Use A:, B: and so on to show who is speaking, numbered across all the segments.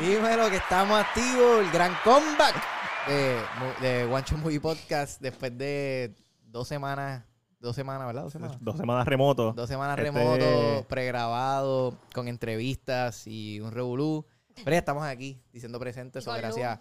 A: Dímelo que estamos activos, el gran comeback de, de Guancho Movie Podcast después de dos semanas, dos semanas, ¿verdad? Dos semanas.
B: Dos semanas remoto.
A: Dos semanas
B: Este-
A: remoto, pregrabado, con entrevistas y un revolú. Pero ya estamos aquí, diciendo presentes,
C: Y
A: so,
C: con Lu.
A: gracias.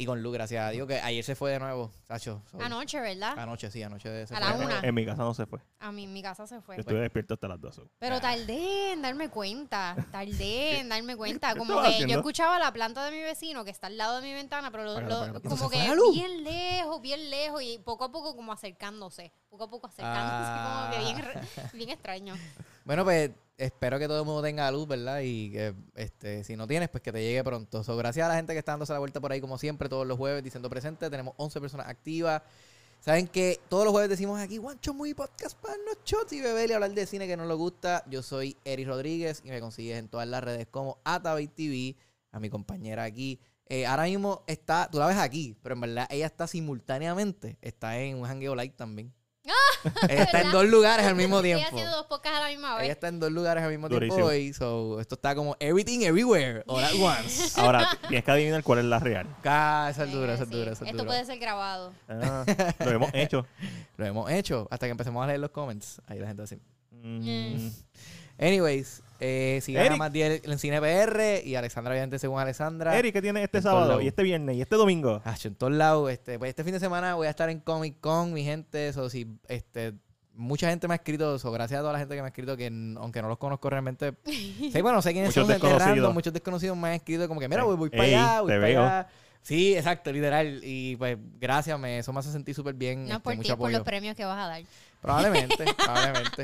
A: Y con Lu, gracias a Dios, que ayer se fue de nuevo, Sacho. so,
C: Anoche, ¿verdad?
A: Anoche, sí, anoche. se
C: A
A: fue.
C: la
B: En-
C: una.
B: En mi casa no se fue.
C: A mí, mi casa se fue.
A: Pues,
B: Yo estuve despierto hasta las 12.
A: Ah.
C: Pero tardé en darme cuenta, tardé en darme cuenta.
B: ¿Qué
C: Como
B: estabas
C: que
B: haciendo?
C: yo escuchaba la planta de mi vecino que está al lado de mi ventana, pero lo-
B: Apágala,
C: lo-
B: apágala, apágala.
C: como
A: ¿Se
C: que
A: fue la luz?
C: bien lejos, bien lejos y poco a poco como acercándose, poco a poco acercándose,
A: Ah.
C: como que bien, re- bien extraño.
A: Bueno, pues espero que todo el mundo tenga luz, ¿verdad? Y que este, si no tienes, pues que te llegue pronto. So, gracias a la gente que está dándose la vuelta por ahí, como siempre, todos los jueves, diciendo presente. Tenemos 11 personas activas. Saben que todos los jueves decimos aquí, guancho muy podcast para los shots y beber y hablar de cine que no nos gusta. Yo soy Eri Rodríguez y me consigues en todas las redes como Atabay TV, a mi compañera aquí. Eh, ahora mismo está, tú la ves aquí, pero en verdad ella está simultáneamente, está en un hangueo live también. Ella está en
C: ¿Verdad?
A: dos lugares al mismo
C: Estoy
A: tiempo.
C: haciendo dos podcasts a la misma
A: Ella
C: vez.
A: está en dos lugares al mismo
B: Durísimo.
A: tiempo hoy, so esto está como everything everywhere Oh, all at once.
B: Ahora, t- tienes que adivinar cuál es la real.
A: Ah, esa es
C: Eh,
A: dura, esa es
C: sí.
A: dura, esa es
C: Esto
A: dura.
C: puede ser grabado.
A: Este,
B: Ah, lo hemos hecho.
A: Lo hemos hecho hasta que empecemos a leer los comments. Ahí la gente así.
B: Mm,
A: Anyways, eh, sigan a
B: Eric.
A: Matiel en Cine PR y Alexandra, obviamente, según Alexandra.
B: Eric, ¿qué tienes este
A: En todos lados.
B: sábado y este viernes y este domingo?
A: Ah, en todos lados. Este, pues este fin de semana voy a estar en Comic Con, mi gente. Eso sí, este, mucha gente me ha escrito eso. Gracias a toda la gente que me ha escrito, que n- aunque no los conozco realmente. Sí, bueno, sé quiénes
B: Muchos
A: son, gente
B: desconocidos.
A: random, muchos desconocidos me han escrito como que, mira,
B: Ey,
A: voy, voy para
B: ey,
A: allá, voy
B: te
A: para
B: veo.
A: allá. Sí, exacto, literal. Y pues, gracias, me, eso me hace sentir súper bien. este,
C: No es por ti,
A: mucho
C: es por
A: apoyo.
C: los premios que vas a dar.
A: Probablemente, probablemente.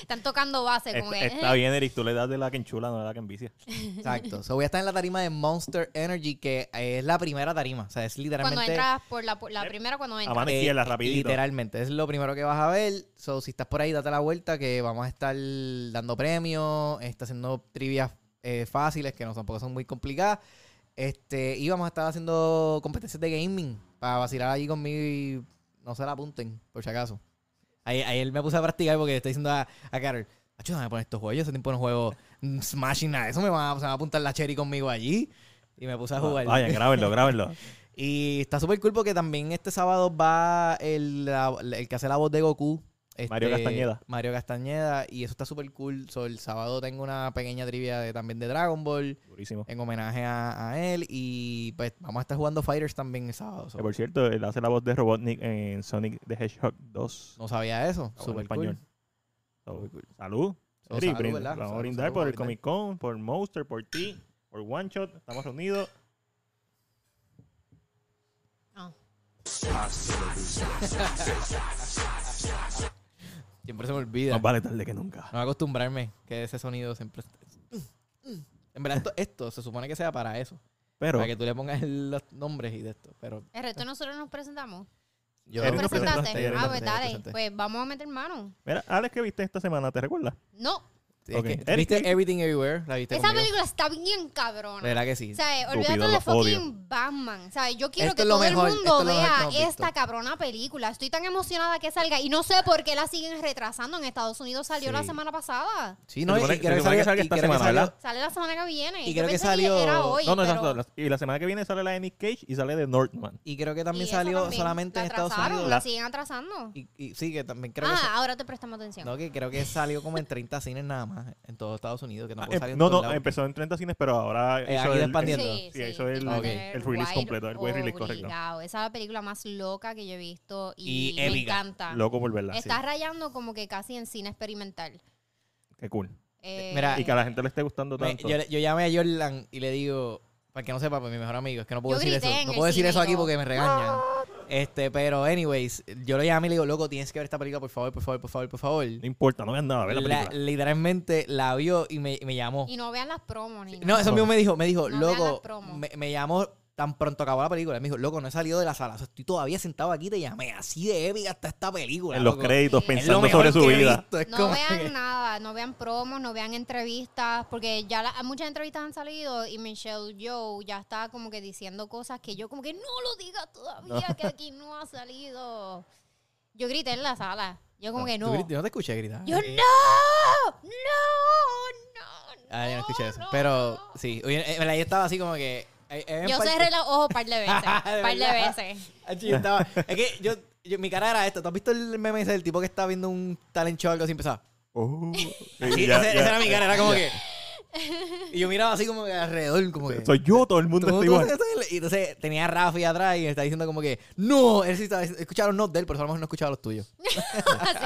C: Están tocando
A: Este
C: base, como
B: Está,
C: que.
A: E.
B: está bien, Eric, tú le das de la que enchula, no de la que envicia.
A: Exacto. So, voy a estar en la tarima de Monster Energy, que es la primera tarima. O sea, es literalmente.
C: Cuando entras por la, la primera, cuando
B: A
C: entras.
B: mano
A: Eh,
B: izquierda, rapidito.
A: Literalmente, es lo primero que vas a ver. So, si estás por ahí, date la vuelta que vamos a estar dando premios, está haciendo trivias eh, fáciles que no tampoco son muy complicadas. Este, y vamos a estar haciendo competencias de gaming para vacilar allí conmigo y no se la apunten, por si acaso. Ayer, ayer me puse a practicar porque le estoy diciendo a, a Carol, ayúdame a poner estos juegos, yo ese tiempo no juego mm, Smash y nada, de eso me va, se va a apuntar la Cherry conmigo allí. Y me
B: Ah,
A: puse a jugar.
B: Vayan, grábenlo, grábenlo.
A: Y está súper cool porque también este sábado va el, la- el que hace la voz de Goku. este,
B: Mario Castañeda.
A: Mario Castañeda. Y eso está súper cool. So, el sábado tengo una pequeña trivia de- también de Dragon Ball
B: Durísimo.
A: en homenaje a, a él. Y pues vamos a estar jugando Fighters también el sábado. so.
B: Que, por cierto, él hace la voz de Robotnik en Sonic the Hedgehog 2.
A: No sabía eso.
B: Está bueno
A: Súper
B: en español.
A: cool.
B: So,
A: Súper cool.
B: salud.
A: So,
B: Eric,
A: salud,
B: brinda-
A: ¿verdad?
B: Vamos a
A: Salud,
B: brindar
A: salud,
B: por el
A: brindar.
B: Comic Con, por Monster, por ti, por One Shot. Estamos reunidos.
C: Ah,
A: Siempre se me olvida.
B: Más vale tarde que nunca.
A: No voy a acostumbrarme que ese sonido siempre... En verdad, esto, esto se supone que sea para eso.
B: Pero
A: Para que tú le pongas los nombres y de esto. Pero
C: El resto nosotros nos presentamos.
A: yo...
B: Eric
C: ¿Nos
B: no presentaste.
C: presentaste?
B: Eric no
C: Ah, pues
A: presenté,
C: dale.
A: presenté.
C: Pues vamos a meter mano.
B: Mira, Alex, que viste esta semana? ¿Te recuerdas?
C: No,
A: Sí, es
B: Ok.
A: que-
B: Eric,
A: ¿Viste
B: Eric.
A: Everything Everywhere? ¿La viste
C: esa
A: conmigo?
C: película está bien cabrona.
A: ¿Verdad que sí?
C: O sea,
B: Estúpido,
C: olvídate de
B: lo odio.
C: fucking Batman. O sea, yo quiero
A: Esto
C: que
A: es lo
C: todo
A: mejor,
C: el
A: esto
C: mundo
A: es lo mejor que
C: vea
A: hemos visto.
C: esta cabrona película. Estoy tan emocionada que salga y no sé por qué la siguen retrasando. En Estados Unidos salió
A: Sí.
C: la semana pasada.
A: sí, no,
B: se
A: y
B: supone-
A: creo
B: se
A: que
B: supone que
A: salió-
B: salga
A: y
B: esta
A: creo que
B: semana,
A: salió-
B: ¿verdad?
C: Sale la semana que viene.
A: Y
C: Yo
A: creo que
C: pensé
A: salió-
C: era hoy,
B: no, no,
C: pero-
B: exacto. la- Y la semana que viene sale la de Nick Cage y sale de Northman.
A: Y creo que también
C: y esa
A: salió
C: también.
A: solamente
C: La
A: en Estados
C: atrasaron,
A: Unidos.
C: La
B: La-
C: siguen atrasando.
A: Y, y sí, que también creo que...
C: Ah, ahora te prestamos atención.
A: sa- No, que creo que salió como en 30 cines nada más en todos Estados Unidos, que tampoco
B: Ah, em-
A: salió pues en
B: no, no,
A: todos lados.
B: empezó en 30 cines, pero ahora
A: Eh, aquí lo expandiendo.
B: el- sí, hizo el,
A: Ok.
B: el release completo, el wide release, correcto.
C: Obligado. Esa es la película más loca que yo he visto y,
A: Y
C: me
A: épica.
C: encanta.
B: Loco por verla.
C: Está rayando como que casi en cine experimental.
B: Qué cool.
C: Eh,
A: Mira,
B: Y que a la gente le esté gustando
A: Ah, Me-
B: tanto.
A: yo, le- yo llamé a Jordan y le digo, para que no sepa, pues mi mejor amigo, es que no puedo
C: Yo
A: decir eso.
C: grité en
A: No
C: el
A: puedo decir
C: cine
A: eso
C: y
A: aquí
C: todo.
A: porque me regañan. Este, pero anyways, yo lo llamé y le digo, loco, tienes que ver esta película, por favor, por favor, por favor, por favor.
B: no importa, no vean nada, ve la
A: La-
B: película.
A: literalmente la vio y me, y me llamó.
C: y no vean las promos ni
A: No,
C: nada.
A: eso mismo me dijo, me dijo,
C: No vean las
A: loco,
C: promos.
A: me, me llamó tan pronto acabó la película. Me dijo, loco, no he salido de la sala. o sea, estoy todavía sentado aquí, te llamé. Así de épica está esta película.
B: en los
A: loco.
B: créditos,
C: Es lo
A: Es
B: pensando
A: lo
B: sobre
A: mejor
B: su
A: que he
B: vida.
A: visto, es
C: No
A: como
C: vean
A: que-
C: nada, no vean promos, no vean entrevistas, porque ya la- muchas entrevistas han salido y Michelle Joe ya está como que diciendo cosas que yo como que no lo diga todavía, que aquí no ha salido. Yo grité en la sala, yo como que
A: Tú
C: no.
A: grit- Yo no te escuché gritar.
C: Yo no, no, no, no.
A: Ah, yo no escuché
C: No,
A: eso.
C: no,
A: Pero
C: no.
A: sí, oye, eh, verdad, yo estaba así como que. eh, eh, en
C: Yo
A: parte-
C: cerré los ojos un par de veces.
A: ¿De
C: par de
A: verdad?
C: veces.
A: Ah, sí, yo estaba- Es que yo, yo- mi cara era esta. ¿Tú has visto el meme ese del tipo que está viendo un talent show o algo así empezaba?
B: Oh,
A: Sí,
B: ya,
A: ese- esa,
B: ya.
A: era mi cara, era como que. Y yo miraba así como que alrededor, como que.
B: Soy yo, todo el mundo
A: Todo-
B: está
A: todo-
B: igual.
A: todo- Y entonces tenía a Rafi atrás y me está diciendo como que, no, él sí está, escuchaba los notes de él, pero a lo mejor no escuchaba los tuyos.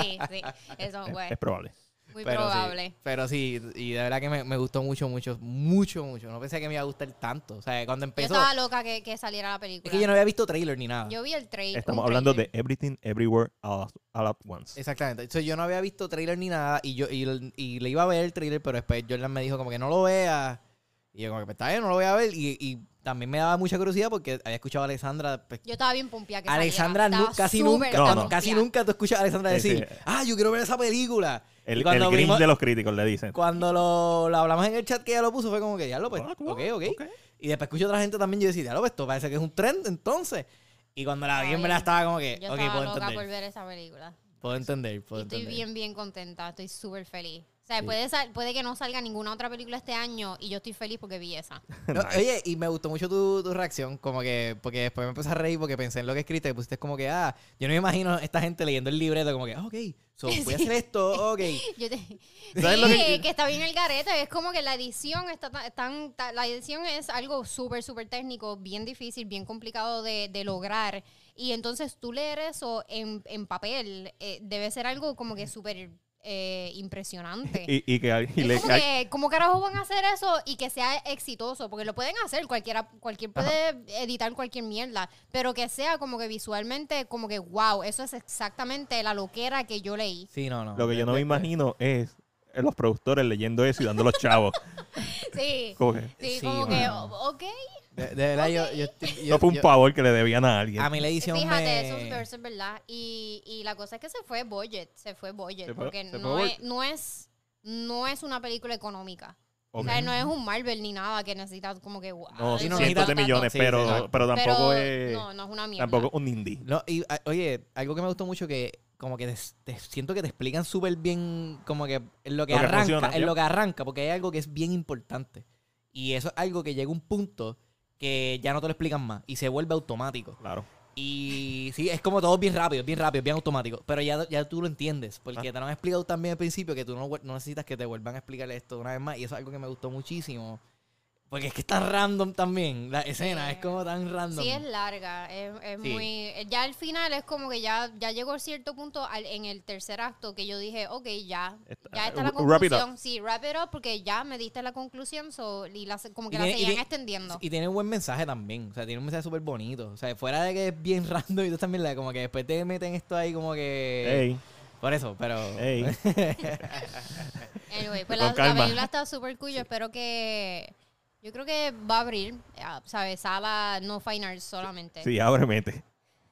C: sí, sí. Eso
B: Es-
C: fue
B: es probable.
C: muy
A: pero
C: probable.
A: Sí, pero sí, y de verdad que me, me gustó mucho, mucho, mucho, mucho. No pensé que me iba a gustar tanto. O sea, cuando
C: Yo
A: empezó,
C: estaba loca que, que saliera la película.
A: es que yo no había visto trailer ni nada.
C: Yo vi el trailer.
B: Estamos hablando de Everything, Everywhere, All, all at Once.
A: Exactamente. Entonces yo no había visto trailer ni nada y yo y, y le iba a ver el trailer, pero después Jordan me dijo como que no lo vea. Y yo como que pues, está bien, no lo voy a ver. Y, y también me daba mucha curiosidad porque había escuchado a Alexandra. pues,
C: Yo estaba bien pompeada que
A: Alexandra
C: saliera.
A: nu-
C: Estaba
A: casi
C: súper
A: nunca,
B: No, no.
C: pompeada.
A: casi nunca tú escuchas a Alexandra
B: Sí,
A: decir,
B: sí.
A: ah, yo quiero ver esa película. Y
B: El, el
A: cuando
B: Grinch
A: vimos-
B: de los críticos le dicen.
A: Cuando lo, lo hablamos en el chat que ella lo puso, fue como que ya lo pues,
B: What,
A: ok,
B: what?
A: ok. Y después escucho a otra gente también, yo decía, ya lo pues, esto parece que es un trend entonces. Y cuando la vi, en
C: Ay,
A: verdad estaba como que,
C: Yo
A: ok,
C: estaba
A: puedo
C: loca por
A: entender,
C: ver esa película.
A: puedo entender, puedo
C: Y estoy
A: entender.
C: bien, bien contenta. Estoy súper feliz. O sea, puede, sal- puede que no salga ninguna otra película este año y yo estoy feliz porque vi esa.
A: No,
B: Nice.
A: Oye, y me gustó mucho tu, tu reacción, como que, porque después me empecé a reír porque pensé en lo que escribiste, y pusiste como que, ah, yo no me imagino esta gente leyendo el libreto, como que, ah, ok, so, voy a hacer esto, ok.
C: Yo te-
A: ¿Sabes
C: Sí,
A: lo que-
C: que... está bien el garete. Es como que la edición está tan, tan- ta- la edición es algo súper, súper técnico, bien difícil, bien complicado de, de lograr. Y entonces tú leer eso en, en papel eh, debe ser algo como que súper eh, impresionante.
B: Y, y que alguien- y
C: Es
B: le-
C: como que, ¿cómo carajo van a hacer eso y que sea exitoso? Porque lo pueden hacer, cualquiera, cualquier puede editar cualquier mierda, pero que sea como que visualmente, como que wow, eso es exactamente la loquera que yo leí.
A: Sí, no, no.
B: lo que yo no me
A: De- de-
B: imagino
A: pues.
B: es eh, los productores leyendo eso y dando los chavos.
C: Sí.
B: Como que-
A: Sí,
C: Sí, como
A: bueno.
C: que, o- ok.
A: De, de verdad, yo, yo, estoy- yo-
B: no fue un
A: yo-
B: pavor que le debían a alguien.
A: A mí la edición
C: Fíjate,
A: me...
C: eso, es- eso es verdad. Y, y la cosa es que se fue budget, se fue budget,
B: Se fue-
C: porque
B: se fue
C: no, es,
B: budget.
C: no, es, no es una película económica.
B: Ok.
C: O sea, no es un Marvel ni nada que necesitas como que, wow.
B: No,
A: sí, no,
B: cientos
A: necesita-
B: de millones,
A: sí,
B: pero,
A: exacto.
B: pero tampoco
C: pero,
B: es
C: No, no es una mierda.
B: tampoco es un indie.
A: No, y a- oye, algo que me gustó mucho que como que te- te- siento que te explican súper bien como que en lo que
B: Lo que
A: arranca,
B: funciona,
A: en
B: ¿ya?
A: lo que arranca, porque hay algo que es bien importante. Y eso es algo que llega a un punto que ya no te lo explican más y se vuelve automático.
B: Claro.
A: Y sí, es como todo bien rápido, bien rápido, bien automático, pero ya, ya tú lo entiendes,
B: Ah.
A: porque te lo han explicado también al principio que tú no, vuel- no necesitas que te vuelvan a explicar esto una vez más y eso es algo que me gustó muchísimo. Porque es que es tan random también, la escena es como tan random.
C: Sí, es larga. Es, es
A: Sí.
C: muy. eh, Ya al final es como que ya, ya llegó a cierto punto al- en el tercer acto que yo dije, ok, ya.
B: Está-
C: ya está la
B: w- wrap it up.
C: conclusión. Sí, wrap it up porque ya me diste la conclusión so, y la se- como que
A: Y
C: la
A: tiene- y
C: seguían
A: tiene-
C: extendiendo.
A: Y tiene un buen mensaje también. O sea, tiene un mensaje súper bonito. O sea, fuera de que es bien random y tú también la como que después te meten esto ahí como que.
B: Ey,
A: Por eso, pero.
B: ey.
C: Anyway, pues
B: Con
C: la, la
B: calma.
C: película está súper cool. Yo espero que. Yo creo que va a abrir, eh, ¿sabes? Sala no fine arts solamente.
B: Sí, ahora mete.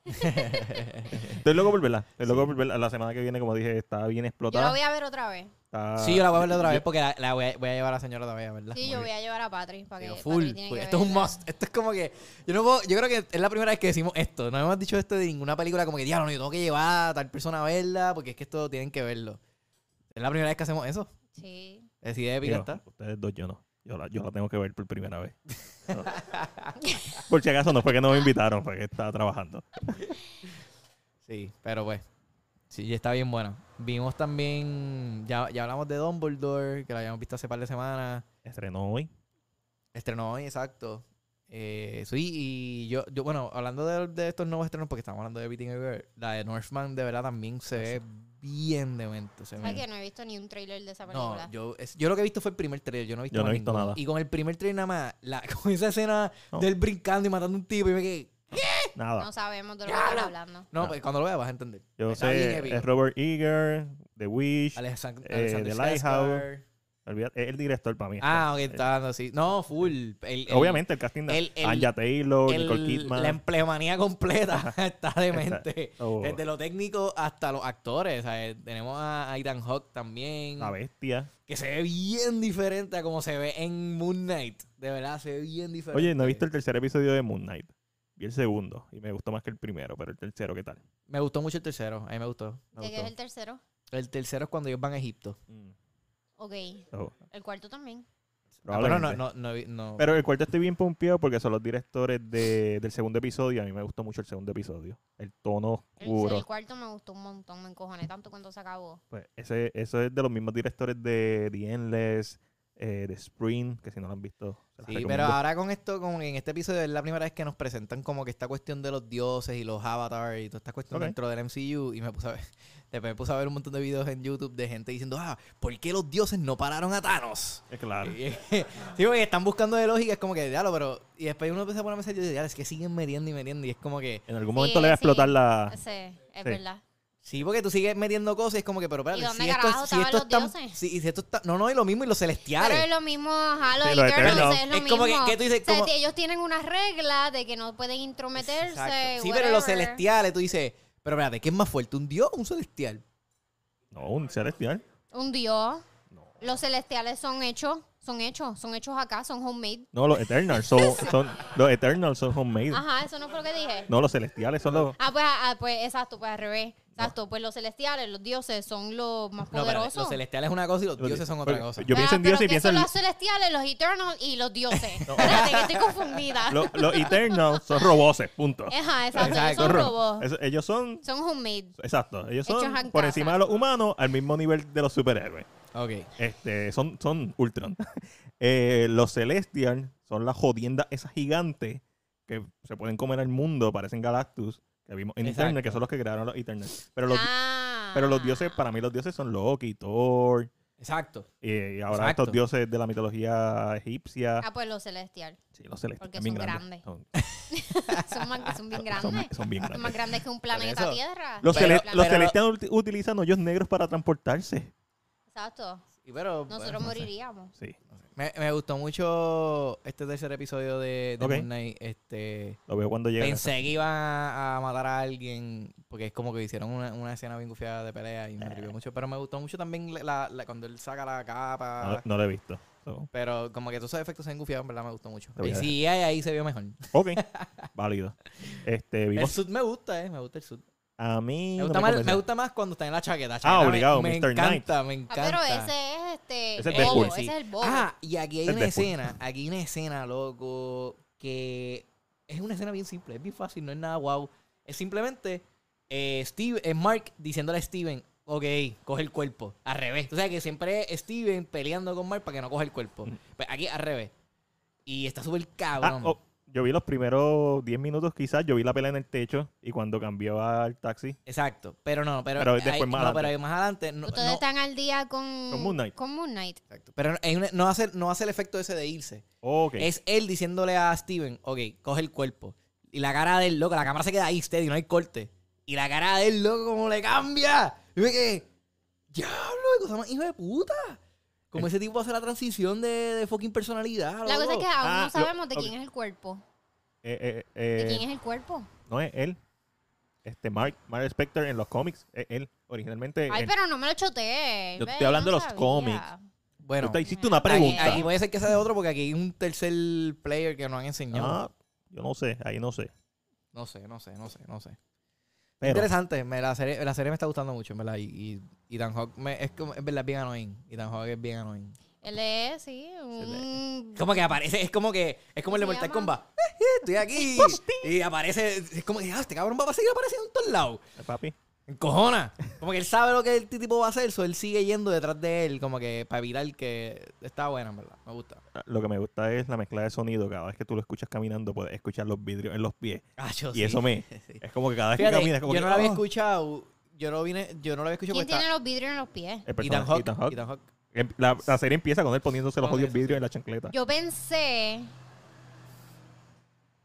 B: Estoy loco por verla. Estoy loco por verla. La semana que viene, como dije, está bien
C: Yo la
B: explotada.
C: voy a ver otra vez.
B: Está-
A: Sí, yo la voy a ver
B: Ah,
A: otra vez porque la, la voy, a, voy a llevar a la señora todavía, ¿verdad?
C: Sí, yo voy a llevar a Patrick para que.
A: Digo,
C: Patrick
A: full,
C: tiene
A: full.
C: que
A: Esto es un
C: verla.
A: must. Esto es como que. Yo no puedo- yo creo que es la primera vez que decimos esto. No hemos dicho esto de ninguna película como que, diablo, no, yo tengo que llevar a tal persona a verla porque es que esto tienen que verlo. Es la primera vez que hacemos eso.
C: Sí.
A: Es idea épica
B: Digo,
A: está.
B: Ustedes dos, yo no. Yo la, yo la tengo que ver por primera vez. No. por si acaso, no fue que no me invitaron, fue que estaba trabajando.
A: Sí, pero pues. Sí, está bien buena. Vimos también. Ya, ya hablamos de Dumbledore, que la habíamos visto hace par de semanas.
B: Estrenó hoy.
A: Estrenó hoy, exacto. Eh, sí, y yo, yo, bueno, hablando de, de estos nuevos estrenos, porque estamos hablando de Everything Everywhere, la de Northman de verdad también se ve bien demente. Se ve.
C: ¿Sabes que no he visto ni un trailer de esa
A: No,
C: película?
A: yo, es- yo lo que he visto fue el primer trailer, yo no he visto,
B: Yo no
A: más
B: he visto
A: ninguno.
B: nada.
A: Y con el primer trailer nada más, la, con esa escena
B: No.
A: del brincando y matando a un tipo, y me quedé,
B: Nada.
C: No sabemos de lo que están hablando.
A: no,
B: No.
A: pues, cuando lo veas vas a entender.
B: Yo
A: Está bien
B: sé,
A: épico.
B: es Robert Eager, The Wish.
A: Alexan-
B: eh,
A: Alexander
B: The Lighthouse.
A: Skarsgård.
B: olvídate, es el director para mí. Eh,
A: Ah, ok, está dando así. No, full. El- el-
B: Obviamente, el casting de
A: el- el-
B: Anja Taylor,
A: el-
B: Nicole Kidman.
A: la em- empleomanía completa está demente.
B: Está- oh.
A: Desde lo técnico hasta los actores. ¿sabes? Tenemos a a Ethan Hawke también.
B: La bestia.
A: Que se ve bien diferente a como se ve en Moon Knight. De verdad, se ve bien diferente.
B: Oye, no he visto el tercer episodio de Moon Knight. Vi el segundo y me gustó más que el primero, pero el tercero, ¿qué tal?
A: Me gustó mucho el tercero. A mí me gustó. me
C: ¿De qué es
A: gustó.
C: el tercero?
A: El tercero es cuando ellos van a Egipto.
B: Mm.
C: Ok.
B: So,
C: El cuarto también.
A: Ah, bueno,
B: probablemente.
A: Ah, no, no, no, vi- no.
B: Pero el cuarto estoy bien pompeado porque son los directores de- del segundo episodio. A mí me gustó mucho el segundo episodio. El tono
C: El, sí,
B: oscuro.
C: el cuarto me gustó un montón, me encojoné tanto cuando se acabó.
B: Pues ese, eso es de los mismos directores de The Endless, eh, de Spring, que si no lo han visto. se las
A: Sí,
B: recomiendo.
A: pero ah, ahora con esto, con, en este episodio es la primera vez que nos presentan como que esta cuestión de los dioses y los avatars y toda esta cuestión
B: Ok.
A: dentro del MCU y me puse a ver, después me puse a ver un montón de videos en YouTube de gente diciendo, ah, ¿por qué los dioses no pararon a Thanos?
B: Eh, claro.
A: Y- sí, porque están buscando de lógica, es como que, diablo, pero... Y después uno empieza a ponerme serio y dice, "Diablo, es que siguen metiendo y metiendo y es como que...
B: En algún momento le va a
C: sí.
B: explotar la.
C: Sí, es
B: Sí.
C: verdad.
A: Ah. Sí, porque tú sigues metiendo cosas y es como que, pero espérate,
C: ¿Y dónde
A: si esto,
C: carajo
A: es- si esto es
C: estaban los
A: tan...
C: dioses?
A: si- si esto es tan- no, no, y lo mismo, y los
C: Pero
A: celestiales.
C: es lo mismo Halo
B: Sí,
C: y
B: los
C: Eternals,
B: Eternals.
C: es lo
A: Es
C: mismo.
A: como que- que tú dices,
C: O sea,
A: como-
C: ti- ellos tienen una regla de que no pueden intrometerse.
A: Exacto. Sí, pero los
C: whatever.
A: celestiales, tú dices, pero espérate, ¿qué es más fuerte, un dios o un celestial?
B: No, un celestial.
C: Un dios.
B: No.
C: Los celestiales son hechos, son hechos, son hechos acá, son homemade.
B: No, los Eternals son, son- los Eternals son homemade.
C: Ajá, eso no fue lo que dije.
B: No, los celestiales son los.
C: Ah, pues, ah, pues exacto, pues al revés. Exacto, pues los celestiales, los dioses son los más
A: No, espérate,
C: poderosos.
A: los celestiales es una cosa y los
B: los
A: dioses son
B: di-
A: otra
B: porque
A: cosa.
B: Yo pienso en
C: Ah, pero
B: dioses y
C: ¿qué
B: pienso
C: son
B: en.
C: los celestiales, los eternals y los dioses. Espérate, que estoy confundida.
B: Los, los Eternals son roboses, punto.
C: Ajá, exacto, ellos
A: Exacto,
C: son
B: ro-
C: robots.
B: eso- ellos son.
C: Son homemade.
B: Exacto, ellos
C: Hechos
B: son
C: en
B: por
C: casa.
B: encima de los humanos al mismo nivel de los superhéroes.
A: Ok.
B: Este, son, son Ultron. Eh, los Celestials son las jodiendas esas gigantes que se pueden comer al mundo, parecen Galactus, que vimos en
A: Exacto.
B: Eternals, que son los que crearon los Eternals. Pero los,
C: ah.
B: pero los dioses, para mí los dioses son Loki, Thor,
A: Exacto.
B: eh, y ahora
A: Exacto.
B: estos dioses de la mitología egipcia.
C: Ah, pues los celestial.
B: sí, los celestials.
C: porque
B: son bien
C: son
B: grandes. Son,
C: Son, más- son bien
B: Ah,
C: Ah,
B: son-
C: grandes.
B: son bien
C: Son más
B: grandes.
C: grandes que un planeta
A: eso.
C: Tierra.
B: Los,
A: Pero-
B: cele-
A: pero-
B: los celestials uti- utilizan hoyos negros para transportarse.
C: Exacto.
A: Y pero,
C: Nosotros
A: bueno,
C: moriríamos.
B: Sí,
A: me, me gustó mucho este tercer episodio de, de
B: Ok.
A: Moon Knight. Este,
B: lo veo cuando llega.
A: pensé que iban a, a matar a alguien porque es como que hicieron una, una escena bien gufiada de pelea y me
B: Eh.
A: tripió mucho. Pero me gustó mucho también la- la, la- cuando él saca la capa.
B: No, no lo he visto. So,
A: Pero como que todos esos efectos se han gufiado, en verdad me gustó mucho.
B: Lo voy
A: Y
B: a
A: sí, ahí, ahí se vio mejor.
B: ok, válido. Este,
A: El
B: vimos
A: sud me gusta, eh, me gusta el sud.
B: A mí.
A: Me
B: no
A: gusta, más,
B: convence.
A: me gusta más cuando está en la chaqueta.
B: Ah,
A: chaqueta me-
B: obligado,
A: me,
B: Mr. Knight.
A: encanta, me
C: Ah,
A: encanta.
C: pero ese es este.
B: Ese es
C: bobo,
B: Deadpool,
C: ese
A: sí.
C: es el bobo.
A: Ah, y aquí hay
B: Es
A: una
B: Deadpool.
A: escena, aquí hay una escena, loco, que es una escena bien simple, es bien fácil, no es nada guau. Es simplemente eh, Steve, es Mark diciéndole a Steven, ok, coge el cuerpo, al revés. O sea que siempre es Steven peleando con Mark para que no coja el cuerpo.
B: Mm.
A: Pero aquí al revés. Y está súper
B: Ah,
A: cabrón.
B: oh, yo vi los primeros 10 minutos, quizás. Yo vi la pelea en el techo y cuando cambió al taxi.
A: Exacto, pero no, pero,
B: Pero
A: hay-
B: después más
A: no,
B: adelante.
A: pero hay más adelante. no-
C: Ustedes
A: no-
C: están al día con.
B: Con Moon Knight.
C: Con Moon Knight.
A: Exacto. Pero hay una- no, hace, no hace el efecto ese de irse.
B: Ok.
A: Es él diciéndole a Steven, ok, coge el cuerpo. Y la cara del loco, la cámara se queda ahí, steady, no hay corte. Y la cara del loco, como le cambia. Y ve que, diablo, qué cosa más hijo de puta. Como ese tipo hace la transición de, de fucking personalidad.
C: La cosa es
A: loco.
C: que aún
B: Ah,
C: no
B: lo-
C: sabemos de
B: ok.
C: quién es el cuerpo.
B: Eh, eh,
C: ¿De
B: eh,
C: quién es el cuerpo?
B: No es él. Este Mark, Mark Spector en los cómics. Es él. Originalmente.
C: Ay,
B: él.
C: pero no me lo choteé.
B: eh, Yo
C: ve,
B: estoy hablando
C: no
B: de los
C: sabía.
B: cómics.
A: Bueno,
B: Tú te hiciste una
A: aquí,
B: pregunta.
A: aquí puede ser que sea de otro porque aquí hay un tercer player que nos han enseñado.
B: Ah, yo no sé. Ahí no sé.
A: No sé, no sé, no sé, no sé.
B: Pero.
A: Interesante, me, la, serie, la serie me está gustando mucho, en verdad. Y, y, y Dan Hawk me- es, como- es verdad, es bien annoying. Y Dan Hawk es bien annoying.
C: Él es, sí, un.
A: Como que aparece, es como que, es como el de
C: ¿Cómo se
A: Mortal
C: llama?
A: Kombat. Eh, Estoy aquí. y aparece, es como que, ah, este cabrón va a seguir apareciendo en todos lados.
B: eh, Papi.
A: Encojona. Como que él sabe lo que el tipo va a hacer, so él sigue yendo detrás de él, como que para evitar que. Está buena, en verdad. Me gusta.
B: Lo que me gusta es la mezcla de sonido. Cada vez que tú lo escuchas caminando, puedes escuchar los vidrios en los pies.
A: Ah, yo
B: Y
A: sí.
B: eso me.
A: Sí.
B: Es como que cada vez
A: Fíjate,
B: que caminas, es como
A: yo
B: que,
A: no la había
B: "Ah".
A: escuchado. Yo no, vine, yo no la había escuchado
C: ¿Quién
A: porque
C: tiene
A: está.
C: los vidrios en los pies?
B: El
A: Y Dan
B: personaje,
A: Hawk.
B: Ethan Hawke.
A: Ethan Hawke.
B: Em- La, la serie empieza con él poniéndose los
A: Con
B: odios
A: eso,
B: vidrios en la chancleta.
C: Yo pensé.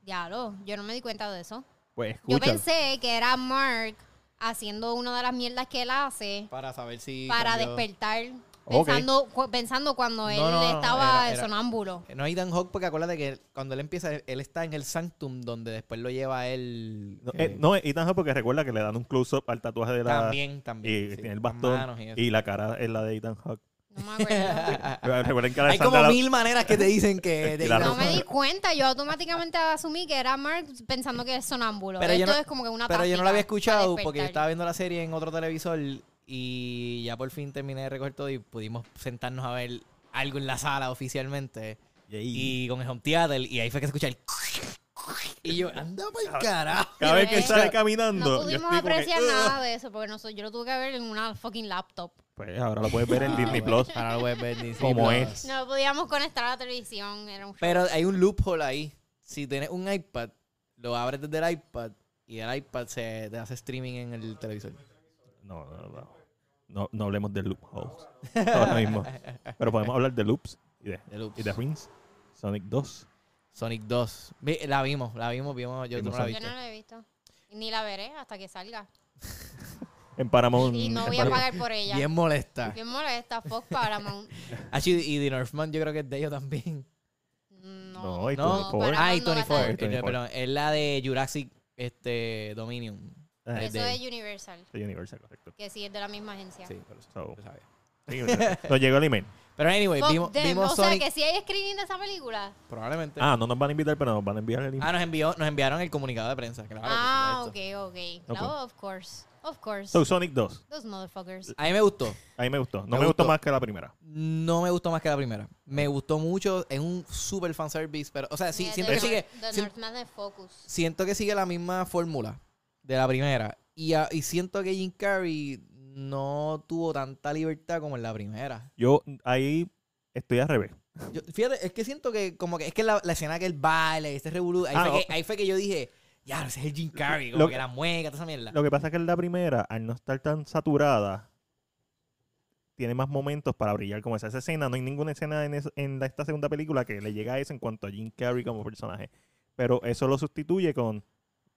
C: Diablo, yo no me di cuenta de eso.
B: Pues
C: Yo
B: escúchalo.
C: pensé que era Mark haciendo una de las mierdas que él hace
A: Para saber si.
C: para
A: cambió.
C: despertar.
B: Ok.
C: Pensando, cu- pensando cuando él
A: no, no,
C: estaba
A: era- era-
C: sonámbulo.
A: No hay Dan Hawk porque acuérdate que cuando él empieza, él está en el Sanctum donde después lo lleva él.
B: No,
A: eh,
B: eh, no, Ethan Hawke porque recuerda que le dan un close-up al tatuaje de la...
A: también, también.
B: Y
A: sí,
B: tiene el
A: las
B: bastón
A: manos y eso.
B: y, la cara es la de Ethan Hawke.
C: No me acuerdo.
B: Pero Recuerden que
A: Hay
B: Alexandra...
A: como
B: la-
A: mil maneras que te dicen que...
B: Y la
A: no,
C: no me
B: ropa.
C: di cuenta. Yo automáticamente asumí que era Mark pensando que es sonámbulo.
A: Pero yo
C: Esto
A: no-
C: es como que una
A: pero yo no la había escuchado porque yo estaba
C: estaba...
A: viendo la serie en otro televisor y ya por fin terminé de recoger todo y pudimos sentarnos a ver algo en la sala oficialmente.
B: Y
A: Y con el home theater, y ahí fue que se escucha el. Y yo, anda para
B: Ah,
A: el carajo.
B: cada vez que él
C: Eh,
B: sale
C: No
B: caminando, yo
C: pudimos
B: estoy como que,
C: apreciar
B: "Ugh".
C: nada de eso porque nosotros, yo lo tuve que ver en una fucking laptop.
B: Pues ahora lo puedes ver en Disney
A: Ah,
B: Plus.
A: bueno, Ahora lo puedes ver en Disney
B: Como
A: Plus.
B: es.
C: No podíamos conectar a la televisión. Era un
A: Pero hay un loophole ahí. Si tienes un iPad, lo abres desde el iPad y el iPad se te hace streaming en el televisor.
B: No, no, no. No, no hablemos de loopholes. Ahora mismo. Pero podemos hablar de loops y de,
A: De loops.
B: y de rings. Sonic 2.
A: Sonic 2. Vi- La vimos, la vimos, vimos. Yo tú
B: Vimos
A: no la
B: Sonic.
C: Yo
A: viste.
C: no la he visto. Ni la veré hasta que salga.
B: En
A: Mm,
B: Paramount.
C: Y no
B: en
C: voy a
B: Paramount.
C: pagar por ella.
A: Bien
C: Bien,
B: Ah.
A: molesta.
C: molesta. Fuck Paramount.
A: Ah, sí, y The Northman yo creo que es de ellos también.
C: No.
B: No, y
A: No,
B: Tony Ford.
C: para-
A: Ah, y
C: no la
A: 24.
B: tengo.
A: Eh, no, Perdón, es la de Jurassic este, Dominion.
B: Ah,
A: es
C: Eso
A: de-
C: es Universal,
B: de Universal, correcto.
C: que sí es de la misma agencia.
A: Sí, por eso.
B: So,
A: lo sabía.
B: sí, nos llegó el email.
A: Pero anyway,
C: Fuck
A: vimos,
C: them.
A: vimos
C: o
A: Sonic.
C: sea, que si hay screening de esa película.
A: Probablemente. Ah,
B: Ah, no nos van a invitar, pero nos van a enviar el email.
A: nos, envió, nos enviaron el comunicado de prensa. Claro, por
C: ah,
A: supuesto.
C: ok, ok. No, of course. Of course.
B: pues. So, Sonic 2.
C: Those motherfuckers.
A: A mí me gustó.
B: A mí me gustó. No
A: Me
B: me, gustó.
A: gustó.
B: más que la primera.
A: No me gustó más que la primera. Me gustó mucho. Es un super fanservice. Pero, o sea, sí,
C: Yeah,
A: siento,
C: the
A: que sigue,
C: Nor- The
A: sien-
C: Northman de Focus.
A: siento que sigue la misma fórmula de la primera. Y, a- y siento que Jim Carrey no tuvo tanta libertad como en la primera.
B: Yo ahí estoy al revés.
A: Yo- fíjate, es que siento que como que es que la, la escena que él baila y este revolú, ahí,
B: Ah,
A: fue
B: o-
A: que- ahí fue que yo dije, ya, ese es el Jim Carrey, como
B: Lo-
A: que la mueca, toda esa mierda.
B: Lo que pasa es que en la primera, al no estar tan saturada, tiene más momentos para brillar como esa, esa escena. No hay ninguna escena en, es- en la- esta segunda película que le llega a eso en cuanto a Jim Carrey como personaje. Pero eso lo sustituye con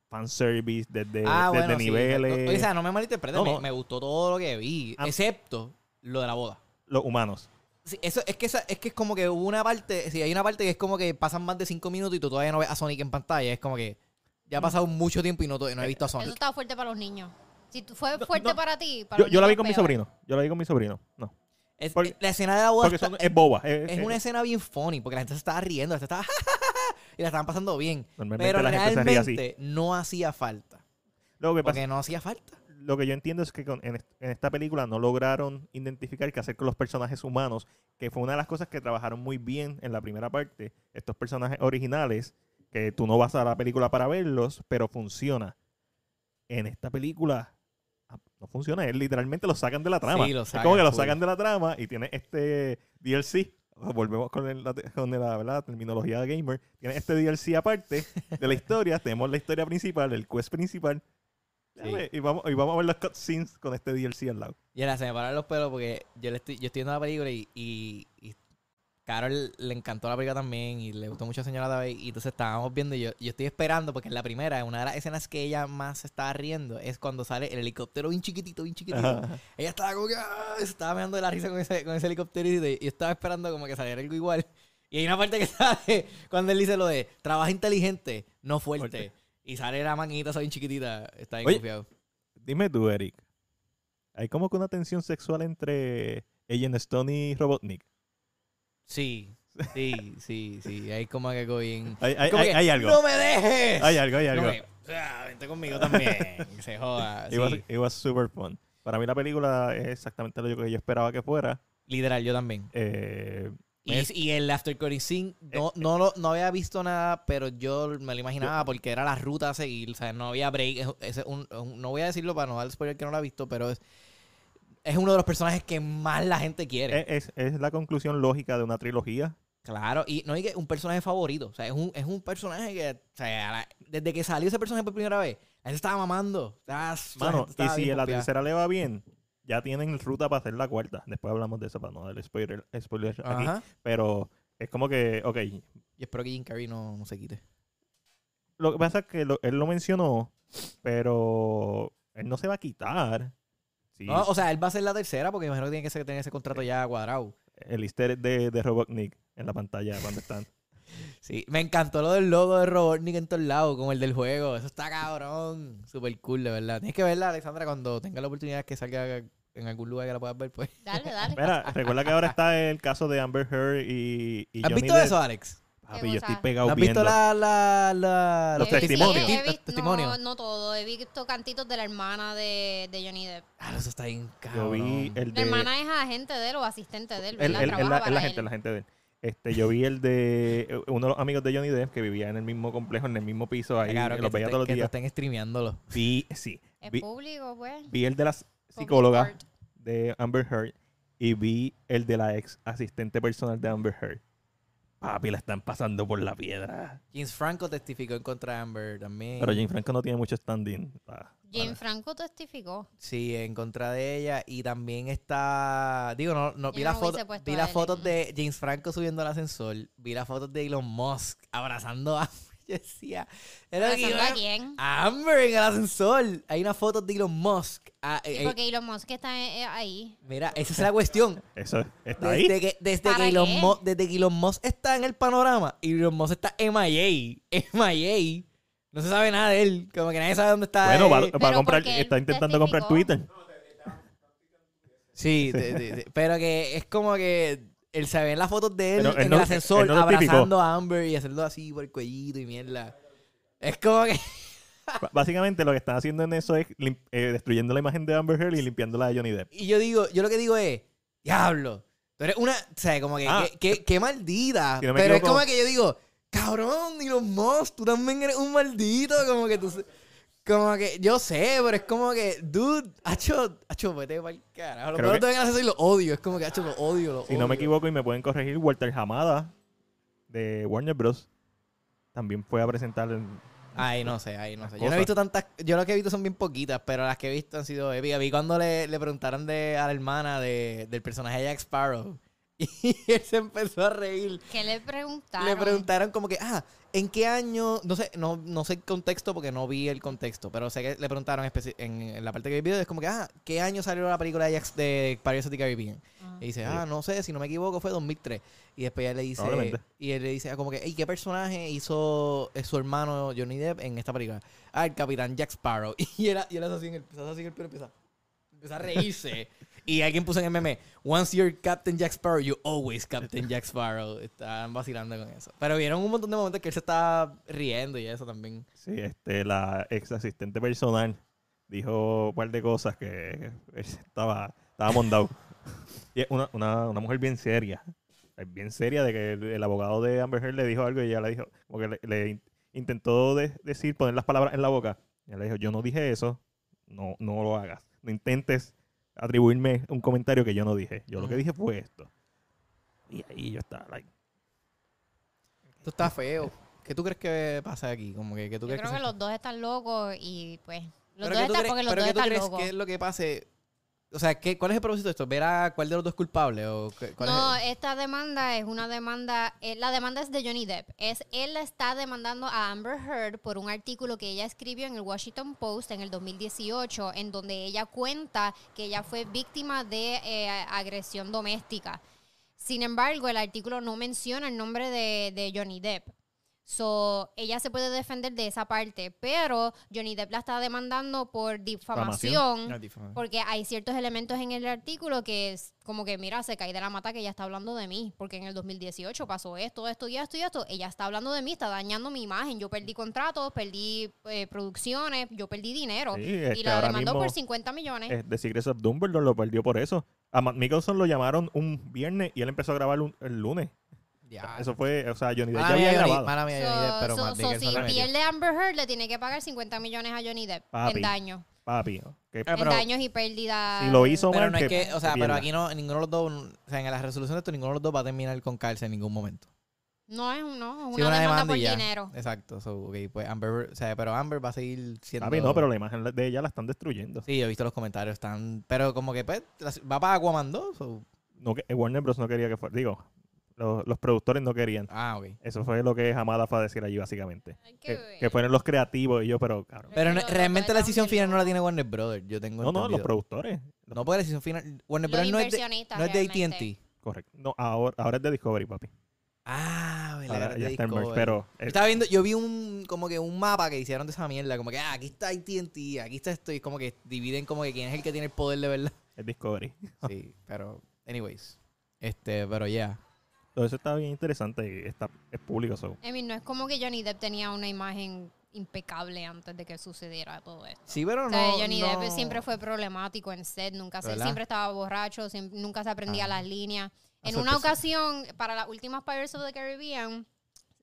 B: fanservice desde,
A: ah,
B: desde
A: bueno, sí,
B: niveles,
A: no- o sea, no me malinterpretes,
B: No,
A: me,
B: no.
A: me gustó todo lo que vi,
B: Ah.
A: excepto lo de la boda.
B: los humanos.
A: Sí, eso, es, que esa- es que es como que hubo una parte, si hay una parte que es como que pasan más de cinco minutos y tú todavía no ves a Sonic en pantalla, es como que ya ha pasado mucho tiempo y no, to- no he visto a
C: Eso
A: Sonic.
C: estaba fuerte para los niños. Si tú- fue
B: No,
C: fuerte
B: no.
C: para ti. Para
B: Yo,
C: los
B: yo la vi
C: niños,
B: con mi
C: peor.
B: sobrino. Yo la vi con mi sobrino. No.
A: Es-
B: porque-
A: la escena de la boda
B: Porque
A: está-
B: son- eh, es boba. Es,
A: Pues, es
B: es-
A: una escena bien funny, porque la gente se estaba riendo, la gente estaba y la estaban pasando bien.
B: Normalmente
A: Pero
B: la gente se ríe así.
A: realmente no hacía falta.
B: Lo que, pasa,
A: Porque no hacía falta.
B: lo que yo entiendo es que con- en, est- en esta película no lograron identificar qué hacer con los personajes humanos, que fue una de las cosas que trabajaron muy bien en la primera parte. Estos personajes originales, que tú no vas a la película para verlos, pero funciona. En esta película ah, no funciona, es literalmente los sacan de la trama.
A: Sí, los
B: es como
A: sacan,
B: que los
A: full.
B: sacan de la trama y tiene este DLC. Volvemos con, el- la, te- con la, ¿verdad? terminología gamer. Tiene este DLC aparte de la historia. Tenemos la historia principal, el quest principal. Déjame- Y, vamos, y vamos a ver los cutscenes con este DLC al lado.
A: Y ahora se me pararon los pelos porque yo, le estoy, yo estoy viendo la película y, y, y Carol le encantó la película también y le gustó mucho a Señora David. Y entonces estábamos viendo y yo, yo estoy esperando porque en la primera, una de las escenas que ella más se estaba riendo es cuando sale el helicóptero bien chiquitito, bien chiquitito.
B: Ajá.
A: Ella estaba como que "Ah", se estaba meando de la risa con ese, con ese helicóptero y de- yo estaba esperando como que saliera algo igual. Y hay una parte que sale cuando él dice lo de trabaja inteligente, no fuerte.
B: Fuerte.
A: Y sale la manguita, esa bien chiquitita. Está bien
B: Oye,
A: confiado.
B: Dime tú, Eric. Hay como que una tensión sexual entre Agent Stone y Robotnik.
A: Sí, sí, sí, sí. Ahí como que algo bien.
B: Hay, hay-
A: Como
B: hay-
A: que,
B: hay algo.
A: ¡No me dejes!
B: Hay algo, hay algo.
A: No me- o sea, vente conmigo también. que se joda.
B: It, was,
A: sí.
B: it was super fun. Para mí la película es exactamente lo que yo esperaba que fuera.
A: Literal, yo también.
B: Eh, Es-
A: Y, y el After Coding Scene,
B: Eh,
A: no, no, lo, no había visto nada, pero yo me lo imaginaba porque era la ruta a seguir. O sea, no había break. Es- ese es un- un- no voy a decirlo para no dar spoiler que no lo ha visto, pero es, es uno de los personajes que más la gente quiere.
B: es, es- es la conclusión lógica de una trilogía.
A: Claro, y no hay que un personaje favorito. O sea, es un, es un personaje que, o sea, la- desde que salió ese personaje por primera vez, la gente estaba mamando. Estaba, la
B: Mano, y
A: gente estaba
B: si
A: bien
B: a la
A: pompeada.
B: tercera le va bien, ya tienen ruta para hacer la cuarta. Después hablamos de eso para no dar spoiler, spoiler aquí.
A: Ajá.
B: Pero es como que, ok,
A: Y espero que Jim Carrey no, no se quite.
B: Lo que pasa es que lo- él lo mencionó, pero él no se va a quitar. Sí,
A: No, Ah, o sea, él va a ser la tercera porque imagino que tiene que ser- tener ese contrato ya cuadrado.
B: el easter egg de, de Robotnik en la pantalla cuando están.
A: Sí, me encantó lo del logo de Robotnik en todos lados, como el del juego. Eso está cabrón. Super cool, de verdad. Tienes que verla, Alexandra, cuando tenga la oportunidad que salga en algún lugar que la puedas ver, pues.
C: Dale, dale.
B: Mira, recuerda que ahora está el caso de Amber Heard y, y
A: ¿Has
B: Johnny
A: visto
B: Depp.
A: eso, Alex?
B: Papi, yo
C: cosa?
B: estoy pegado
A: ¿No ¿Has
B: viendo.
A: visto la, la, la-
B: Los
A: los
C: He visto-
B: testimonios.
C: he visto-
A: Los testimonios.
C: No, no todo. He visto cantitos de la hermana de, de Johnny Depp.
A: Ah, eso está bien
B: Yo
A: cabrón.
B: vi el
C: La
B: de...
C: hermana es agente de él o asistente de él.
B: el-
C: ¿verdad?
B: el- el-
C: Trabaja
B: la,
C: para
B: la
C: él.
B: gente, la gente de él. Este, yo vi el de uno de los amigos de Johnny Depp que vivía en el mismo complejo, en el mismo piso ahí,
A: Está cabrón
B: los
A: que,
B: veía
A: te-
B: todos los
A: que te
B: días.
A: estén streameándolo.
B: Vi, sí,
C: Es
B: vi,
C: público, pues.
B: vi el de las
C: Public
B: psicólogas
C: art.
B: de Amber Heard y vi el de la ex asistente personal de Amber Heard. Papi, la están pasando por la piedra.
A: James Franco testificó en contra de Amber también.
B: Pero Jane Franco no tiene mucho standing. Ah, pa-
C: Jane
B: para-
C: Franco testificó.
A: Sí, en contra de ella. Y también está. Digo, no, no
C: Yo
A: vi
C: no
A: las
C: hubiese
A: fotos.
C: puesto
A: Vi
C: a
A: las
C: él
A: fotos
C: en-
A: de James Franco subiendo al ascensor. Vi las fotos de Elon Musk abrazando a Amber. Yo decía. Era lo que
C: ¿Abrazando a
A: iba-
C: quién?
A: a Amber en el ascensor. Hay unas fotos de Elon Musk. Ah, eh,
C: Sí,
A: eh,
C: porque Elon Musk está eh, ahí.
A: mira, esa es la cuestión.
B: Eso está ahí.
A: Desde que, desde,
C: ¿Para
A: que Elon
C: qué?
A: Musk, desde que Elon Musk está en el panorama, Elon Musk está MIA. MIA. No se sabe nada de él. Como que nadie sabe dónde está.
B: Bueno, va,
A: él.
B: va a
C: Pero
B: comprar,
C: porque él
B: está intentando comprar
C: testificó.
B: Twitter.
A: Sí, de- de- de- pero que es como que él se ven las fotos de él
B: Pero él
A: en
B: no-
A: el ascensor
B: él no lo
A: abrazando
B: tipificó.
A: a Amber y hacerlo así por el cuellito y mierda. Es como que.
B: B- Básicamente lo que están haciendo en eso es lim- eh, destruyendo la imagen de Amber Heard y limpiando la de Johnny Depp.
A: Y yo digo, yo lo que digo es, diablo. Tú eres una. O sea, como que.
B: Ah.
A: que- que- qué maldita.
B: Si no me
A: pero es
B: equivoco-
A: como que yo digo, cabrón, ni los Moss, tú también eres un maldito. Como que tú. se- Como que yo sé, pero es como que, dude, hacho, hacho, vete para el carajo. Lo
B: Creo
A: peor
B: que-
A: te ven al ascensor y lo odio. Es como que, hacho, lo odio, lo
B: Si no me
A: odio.
B: equivoco y me pueden corregir, Walter Hamada de Warner Bros. también fue a presentar el...
A: Ay, no sé, ay, no
B: Las
A: sé. Yo no he
B: cosas.
A: visto tantas. Yo lo que he visto son bien poquitas, pero las que he visto han sido épicas. Vi cuando le, le preguntaron de, a la hermana de, del personaje de Jack Sparrow. Y él se empezó a reír.
C: ¿Qué le preguntaron?
A: Le preguntaron como que, ah, ¿en qué año? No sé, no, no sé el contexto porque no vi el contexto, pero sé que le preguntaron especi- en, en la parte que vi el video, es como que, ah, ¿qué año salió la película de, Jack, de Pirates of the Caribbean?
C: Ah.
A: Y dice,
B: Sí.
A: ah, no sé, si no me equivoco fue 2003. Y después ella le dice,
B: Probablemente.
A: y él le dice ah, como que, hey, ¿qué personaje hizo eh, su hermano Johnny Depp en esta película? Ah, el Capitán Jack Sparrow. Y él, y él hace así en el, hace así en el pelo y empieza, empieza a reírse. y alguien puso en el meme, once you're Captain Jack Sparrow, you always Captain Jack Sparrow. Están vacilando con eso. Pero vieron un montón de momentos que él se estaba riendo y eso también.
B: Sí, este, la ex asistente personal dijo un par de cosas que él estaba, estaba mondado. Y es una, una, una mujer bien seria. Es Bien seria de que el, el abogado de Amber Heard le dijo algo y ella le dijo, como que le, le in- intentó de- decir, poner las palabras en la boca. Y ella le dijo, yo no dije eso, no, no lo hagas. No intentes atribuirme un comentario que yo no dije. Yo lo que
A: Ujú.
B: dije fue esto. Y ahí yo estaba, like,
A: Esto está feo. ¿Qué tú crees que pasa aquí? Como que, ¿qué tú
C: Yo
A: crees
C: creo
A: que
C: que
A: se-
C: los dos están locos y pues. Los
A: Pero
C: dos
A: que tú
C: están
A: cre-
C: porque los
A: pero
C: dos
A: que tú
C: están
A: crees
C: locos.
A: que es lo que pase. O sea, ¿qué, ¿cuál es el propósito de esto? ¿Ver a cuál de los dos es culpable? ¿O cu- cuál
C: No,
A: es el-
C: esta demanda es una demanda, eh, la demanda es de Johnny Depp. Es él la está demandando a Amber Heard por un artículo que ella escribió en el Washington Post en el 2018, en donde ella cuenta que ella fue víctima de eh, agresión doméstica. Sin embargo, el artículo no menciona el nombre de, de Johnny Depp. So, ella se puede defender de esa parte, pero Johnny Depp la está demandando por difamación.
A: No, difamación.
C: Porque hay ciertos elementos en el artículo que es como que, mira, se cae de la mata que ella está hablando de mí. Porque en el 2018 pasó esto, esto y esto y esto. Ella está hablando de mí, está dañando mi imagen. Yo perdí contratos, perdí eh, producciones, yo perdí dinero.
B: Sí,
C: y
B: este,
C: la
B: ahora
C: demandó por
B: mismo-
C: 50 millones.
B: eh, The Secrets of Dumbledore lo perdió por eso. A Matt Mickelson lo llamaron un viernes y él empezó a grabar un- el lunes.
A: Ya.
B: Eso fue, o sea, Johnny Depp ya
A: Mala
B: había
A: mía, Ah, Johnny-
B: grabado.
A: mala mía, Johnny Depp, pero
C: So-
A: Matt
C: so- so
A: Mikkelsen
C: si
A: le metió.
C: pierde Amber Heard, le tiene que pagar 50 millones a Johnny Depp
B: Papi.
C: en daño.
B: Papi, que
A: Ah,
C: en
A: pero-
C: daños y pérdidas.
B: si lo hizo
A: Pero
B: mal,
A: no es que, o sea, pero
B: pierda.
A: aquí no, ninguno de los dos, o sea, en la resolución de esto, ninguno de los dos va a terminar con cárcel en ningún momento.
C: No, es un- no, es
A: Sí,
C: una, demanda, por
A: y ya.
C: dinero.
A: Exacto, so, ok, pues Amber, o sea, pero Amber va a seguir siendo...
B: Papi, no, pero la imagen de ella la están destruyendo.
A: Sí, yo he visto los comentarios, están... Pero como que, pues, las- va para Aquaman 2, so-
B: No, que- eh, Warner Bros. no quería que fuera. Digo, los, los productores no querían.
A: Ah, ok.
B: Eso fue lo que Hamada fue a decir allí, básicamente.
C: Ay, qué
B: Que,
C: bello.
B: que fueron los creativos y yo, pero cabrón.
A: Pero no-
C: Pero los
A: realmente
C: dos
A: la decisión
C: estaban
A: final no la tiene Warner Brothers, yo tengo
B: No, no, los
A: entendido.
B: productores. Los-
A: No, porque la decisión final. Warner
C: Los
A: Bros. no es de,
C: inversionistas.
A: no es de
C: realmente.
A: ATT.
B: Correcto. No, ahora, ahora es de Discovery, papi.
A: Ah, verdad,
B: Ahora
A: ahora
B: ya
A: es de
B: está en merch,
A: Discovery.
B: pero eh,
A: Estaba viendo, yo vi un como que un mapa que hicieron de esa mierda, como que ah, aquí está AT&T, aquí está esto y como que dividen como que quién es el que tiene el poder de verdad.
B: es Discovery.
A: Sí, pero anyways, este, pero ya.
B: Todo eso está bien interesante y está, es público. so.
C: I mean, no es como que Johnny Depp tenía una imagen impecable antes de que sucediera todo esto.
A: Sí, pero
C: O
A: no.
C: sea, Johnny
A: no-
C: Depp siempre fue problemático en set, nunca se,
A: ¿Verdad?
C: siempre estaba borracho, siem- nunca se aprendía
B: Ah.
C: las líneas. En
B: Eso es
C: una
B: que sí.
C: ocasión, para las últimas Pirates of the Caribbean,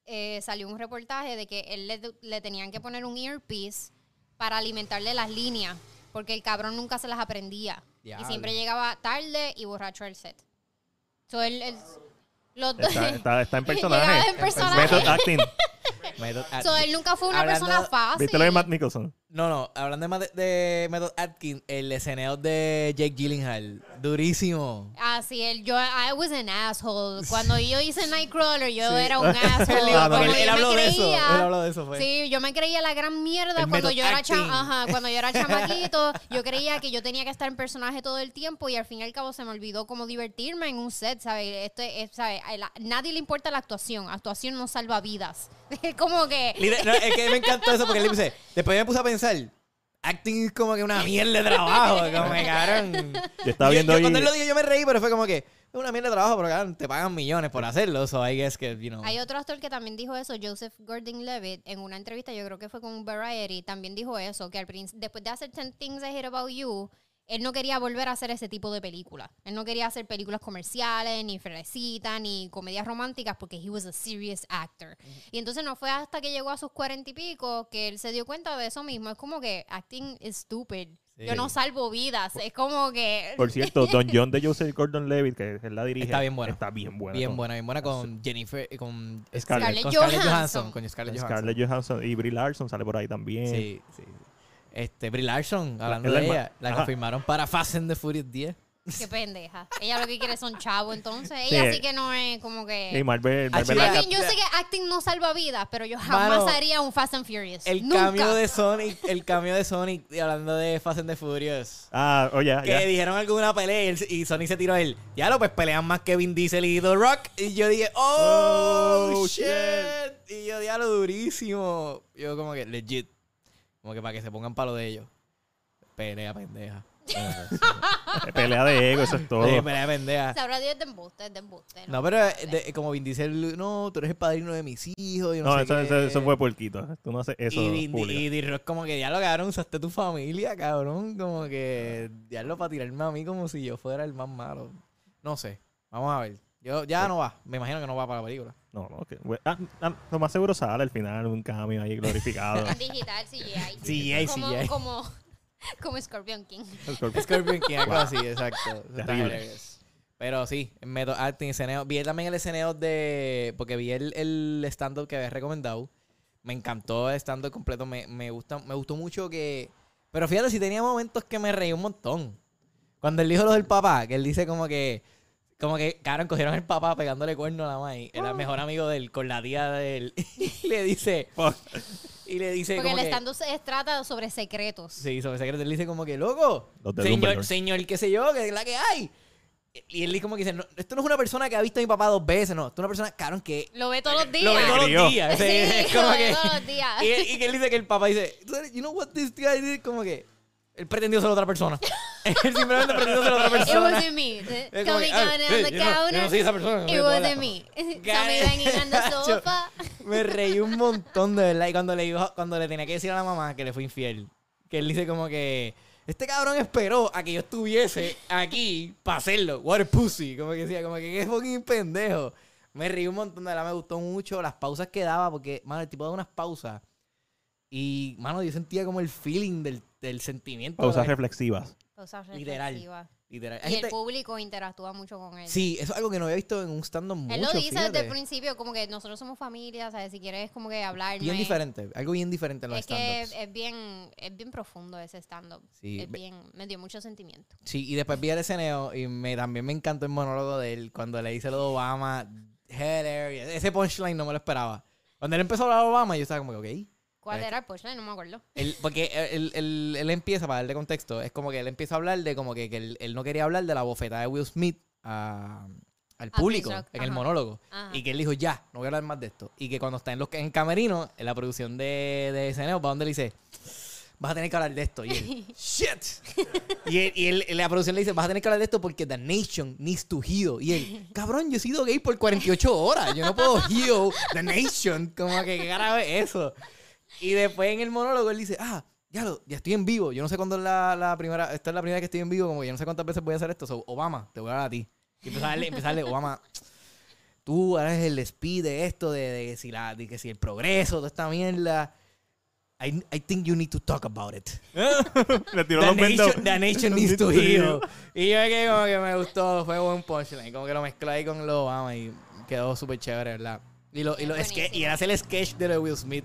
C: eh, salió un reportaje de que él le, le tenían que poner un earpiece para alimentarle las líneas, porque el cabrón nunca se las aprendía.
A: Diablo.
C: Y siempre llegaba tarde y borracho al set. So, él- él- los dos-
B: Está, está, está en
C: Llegaba en
B: personaje.
C: personaje.
B: Method acting.
A: Method Atkins.
C: so, él nunca fue una
A: Ah, Hablando-
C: persona fácil.
B: Viste lo de Matt Nicholson.
A: No, no, hablando de, Mad- de Method Atkins, el escenario de Jake Gyllenhaal, durísimo.
C: Así, el yo, I was an asshole. Cuando yo hice Nightcrawler, yo era un
A: Él,
C: asshole.
A: iba-
B: Ah, no,
C: Como
A: él-
C: yo
A: él
C: me
A: habló de eso.
C: creía-
A: Él habló de eso, fue.
C: Sí, yo me creía la gran mierda
A: El
C: cuando
A: method
C: yo, era cha-
A: acting.
C: ajá, cuando yo era chamaquito. Yo creía que yo tenía que estar en personaje todo el tiempo y al fin y al cabo se me olvidó cómo divertirme en un set, ¿sabes? Esto es, ¿sabes? A la- nadie le importa la actuación. Actuación no salva vidas. Es como que...
A: Literal, no, es que me encantó eso porque él dice, después me puse a pensar, acting es como que una mierda de trabajo, como que cabrón.
B: Yo estaba
A: Yo-
B: viendo
A: yo
B: ahí.
A: Cuando él lo dijo yo me reí, pero fue como que es una mierda de trabajo, pero cabrón, te pagan millones por hacerlo, so I guess que, you know.
C: Hay otro actor que también dijo eso, Joseph Gordon-Levitt, en una entrevista, yo creo que fue con Variety, también dijo eso, que al princ- después de hacer 10 Things I Hate About You, él no quería volver a hacer ese tipo de películas. Él no quería hacer películas comerciales, ni fresitas, ni comedias románticas, porque he was a serious actor. Y entonces no fue hasta que llegó a sus cuarenta y pico que él se dio cuenta de eso mismo. Es como que acting is stupid.
A: Sí.
C: Yo no salvo vidas. Es como que...
B: Por cierto, Don John de Joseph Gordon Levitt, que él la dirige.
A: Está bien buena.
B: Está bien buena.
A: bien
B: con-
A: buena, bien buena con Jennifer, con
B: Scarlett.
A: con
C: Scarlett
A: Scarlett Johansson,
C: Johansson.
A: con Scarlett
B: Scarlett
A: Johansson.
B: Johansson. y Brie Larson sale por ahí también.
A: Sí, sí. sí. Este, Brie Larson, hablando
B: es la
A: de
B: herma-
A: ella, la
B: Ajá.
A: confirmaron para Fast and the Furious 10.
C: Qué pendeja. Ella lo que quiere son chavos, entonces.
B: Sí.
C: Ella sí que no es como que...
B: Y Marvel,
A: Ah,
B: Marvel
A: sí,
B: la-
C: I mean,
A: la-
C: yo sé que acting no salva vidas, pero yo jamás
A: Mano,
C: haría un Fast and Furious.
A: El
C: Nunca.
A: cambio de Sonic, el cambio de Sonic, y hablando de Fast and the Furious.
B: Ah, oye,
A: Que
B: ya.
A: dijeron alguna pelea y, él- y Sonic se tiró a él. Ya lo, pues pelean más que Vin Diesel y The Rock. Y yo dije, oh,
B: Oh,
A: shit. Y yo dije, lo durísimo. Yo como que, legit. Como que para que se pongan palo de ellos. Pelea pendeja.
B: Pelea de ego, eso es todo.
A: Sí, pelea pendeja.
C: Sabrá Dios de embuste, es de embuste.
A: No, pero eh, de- como Vin Diesel, no, tú eres el padrino de mis hijos. Yo no,
B: No,
A: sé
B: eso,
A: qué.
B: eso, eso fue puerquito. Tú no haces eso.
A: y, Vin-
B: público.
A: y The Rock como que ya lo cabrón, usaste tu familia, cabrón. Como que ya lo para tirarme a mí como si yo fuera el más malo. No sé. Vamos a ver. Yo, ya no va. Me imagino que no va para la película.
B: No, no, que- we- ah, ah, lo más seguro sale al final un cambio ahí glorificado.
C: En digital, CGI.
A: CGI,
C: como,
A: CGI.
C: Como, como Scorpion King.
B: Scorpio.
A: Scorpion King, algo así, exacto. Está
B: Terrible.
A: hilarious. Pero sí, Metal Acting, esceneo. Vi también el esceneo de. Porque vi el, el stand-up que habías recomendado. Me encantó el stand-up completo. Me, me, gusta, me gustó mucho que. Pero fíjate, si tenía momentos que me reí un montón. Cuando él dijo lo del papá, que él dice como que. Como que, cabrón, cogieron al papá pegándole cuerno a la mãe. Era el mejor amigo de él, con la tía de él. y le dice.
B: Fuck.
A: Y le dice.
C: Porque
A: como
C: el
A: que-
C: stand se trata sobre secretos.
A: Sí, sobre secreto. Él dice como que, loco,
B: Los de Dumbledore.
A: señor, señor, qué sé yo, que es la que hay. Y él como que dice, no, esto no es una persona que ha visto a mi papá dos veces, no. Esto es una persona, cabrón, que
C: Lo ve todos los días.
A: lo ve todos
B: Crió.
A: los días.
C: Sí,
A: Sí, es
C: lo
A: como
C: ve
A: que...
C: todos los días.
A: Y, y que él dice que el papá dice, you know what this guy did? Como que él pretendió ser otra persona. él simplemente pretendió ser otra
C: It
A: persona.
C: wasn't me.
A: Es como
C: Coming
A: que, ah,
C: down
A: hey,
C: on the
A: yo no- yo no soy esa persona, no
C: counter.
A: soy
C: It
A: bola.
C: wasn't me. Coming down on the
A: Gacho.
C: sofa.
A: Me reí un montón de verdad. Y cuando le dijo, cuando le tenía que decir a la mamá que le fue infiel, que él dice como que este cabrón esperó a que yo estuviese aquí para hacerlo. What a pussy. Como que decía, como que qué fucking pendejo. Me reí un montón de verdad, me gustó mucho las pausas que daba, porque, mano, el tipo daba unas pausas. Y, mano, yo sentía como el feeling del, del sentimiento. de la
B: Pausas
A: gente.
B: reflexivas.
C: Pausas
A: Literal.
C: reflexivas.
A: Literal. Hay
C: Y el
A: gente-
C: público interactúa mucho con él.
A: sí, eso es algo que no había visto en un stand-up mucho.
C: Él lo dice desde
A: fíjate.
C: el principio, como que nosotros somos familia, ¿sabes? Si quieres como que hablar. no
A: Bien
C: es-
A: diferente, algo bien diferente en los
C: Es que
A: stand-ups.
C: es bien, es bien profundo ese stand-up.
A: Sí,
C: Es
A: ve-
C: bien, me dio mucho sentimiento.
A: Sí, y después vi el esceneo y me, también me encantó el monólogo de él cuando le dice lo de Obama. Hilarious. Ese punchline no me lo esperaba. Cuando él empezó a hablar de Obama, yo estaba como que, ok.
C: ¿Cuál
A: Ahí
C: era el punchline? No me acuerdo.
A: Él- porque él, él- él- él empieza, para darle contexto, es como que él empieza a hablar de como que, que él, él no quería hablar de la bofetada de Will Smith a- al
C: A Chris
A: público
C: Rock,
A: en el
C: ajá.
A: monólogo.
C: Ajá.
A: Y que él dijo, ya, no voy a hablar más de esto. Y que cuando está en los en camerino, en la producción de, de SNL, para donde le dice, vas a tener que hablar de esto. Y él, shit. Y, él- y él- la producción le dice, vas a tener que hablar de esto porque The Nation needs to heal. Y él, cabrón, yo he sido gay por 48 horas. Yo no puedo heal The Nation. Como que qué grave es eso. Y después en el monólogo él dice, ah, ya, lo, ya estoy en vivo. Yo no sé cuándo es la, la primera, esta es la primera vez que estoy en vivo, como que yo no sé cuántas veces voy a hacer esto. So, Obama, te voy a hablar a ti. Y empezó a darle, empezó a darle, Obama, tú eres el speed de esto, de, de si la, de que si el progreso, toda esta mierda. I, I think you need to talk about it.
B: Le tiró
A: The
B: los mentos.
A: nation, the nation needs to heal. Y yo que como que me gustó, fue buen punchline. Como que lo mezclé ahí con lo Obama y quedó súper chévere, ¿verdad? Y, lo, y, lo,
C: Es
A: es que- y
C: buenísimo.
A: él hace el sketch de lo de Will Smith.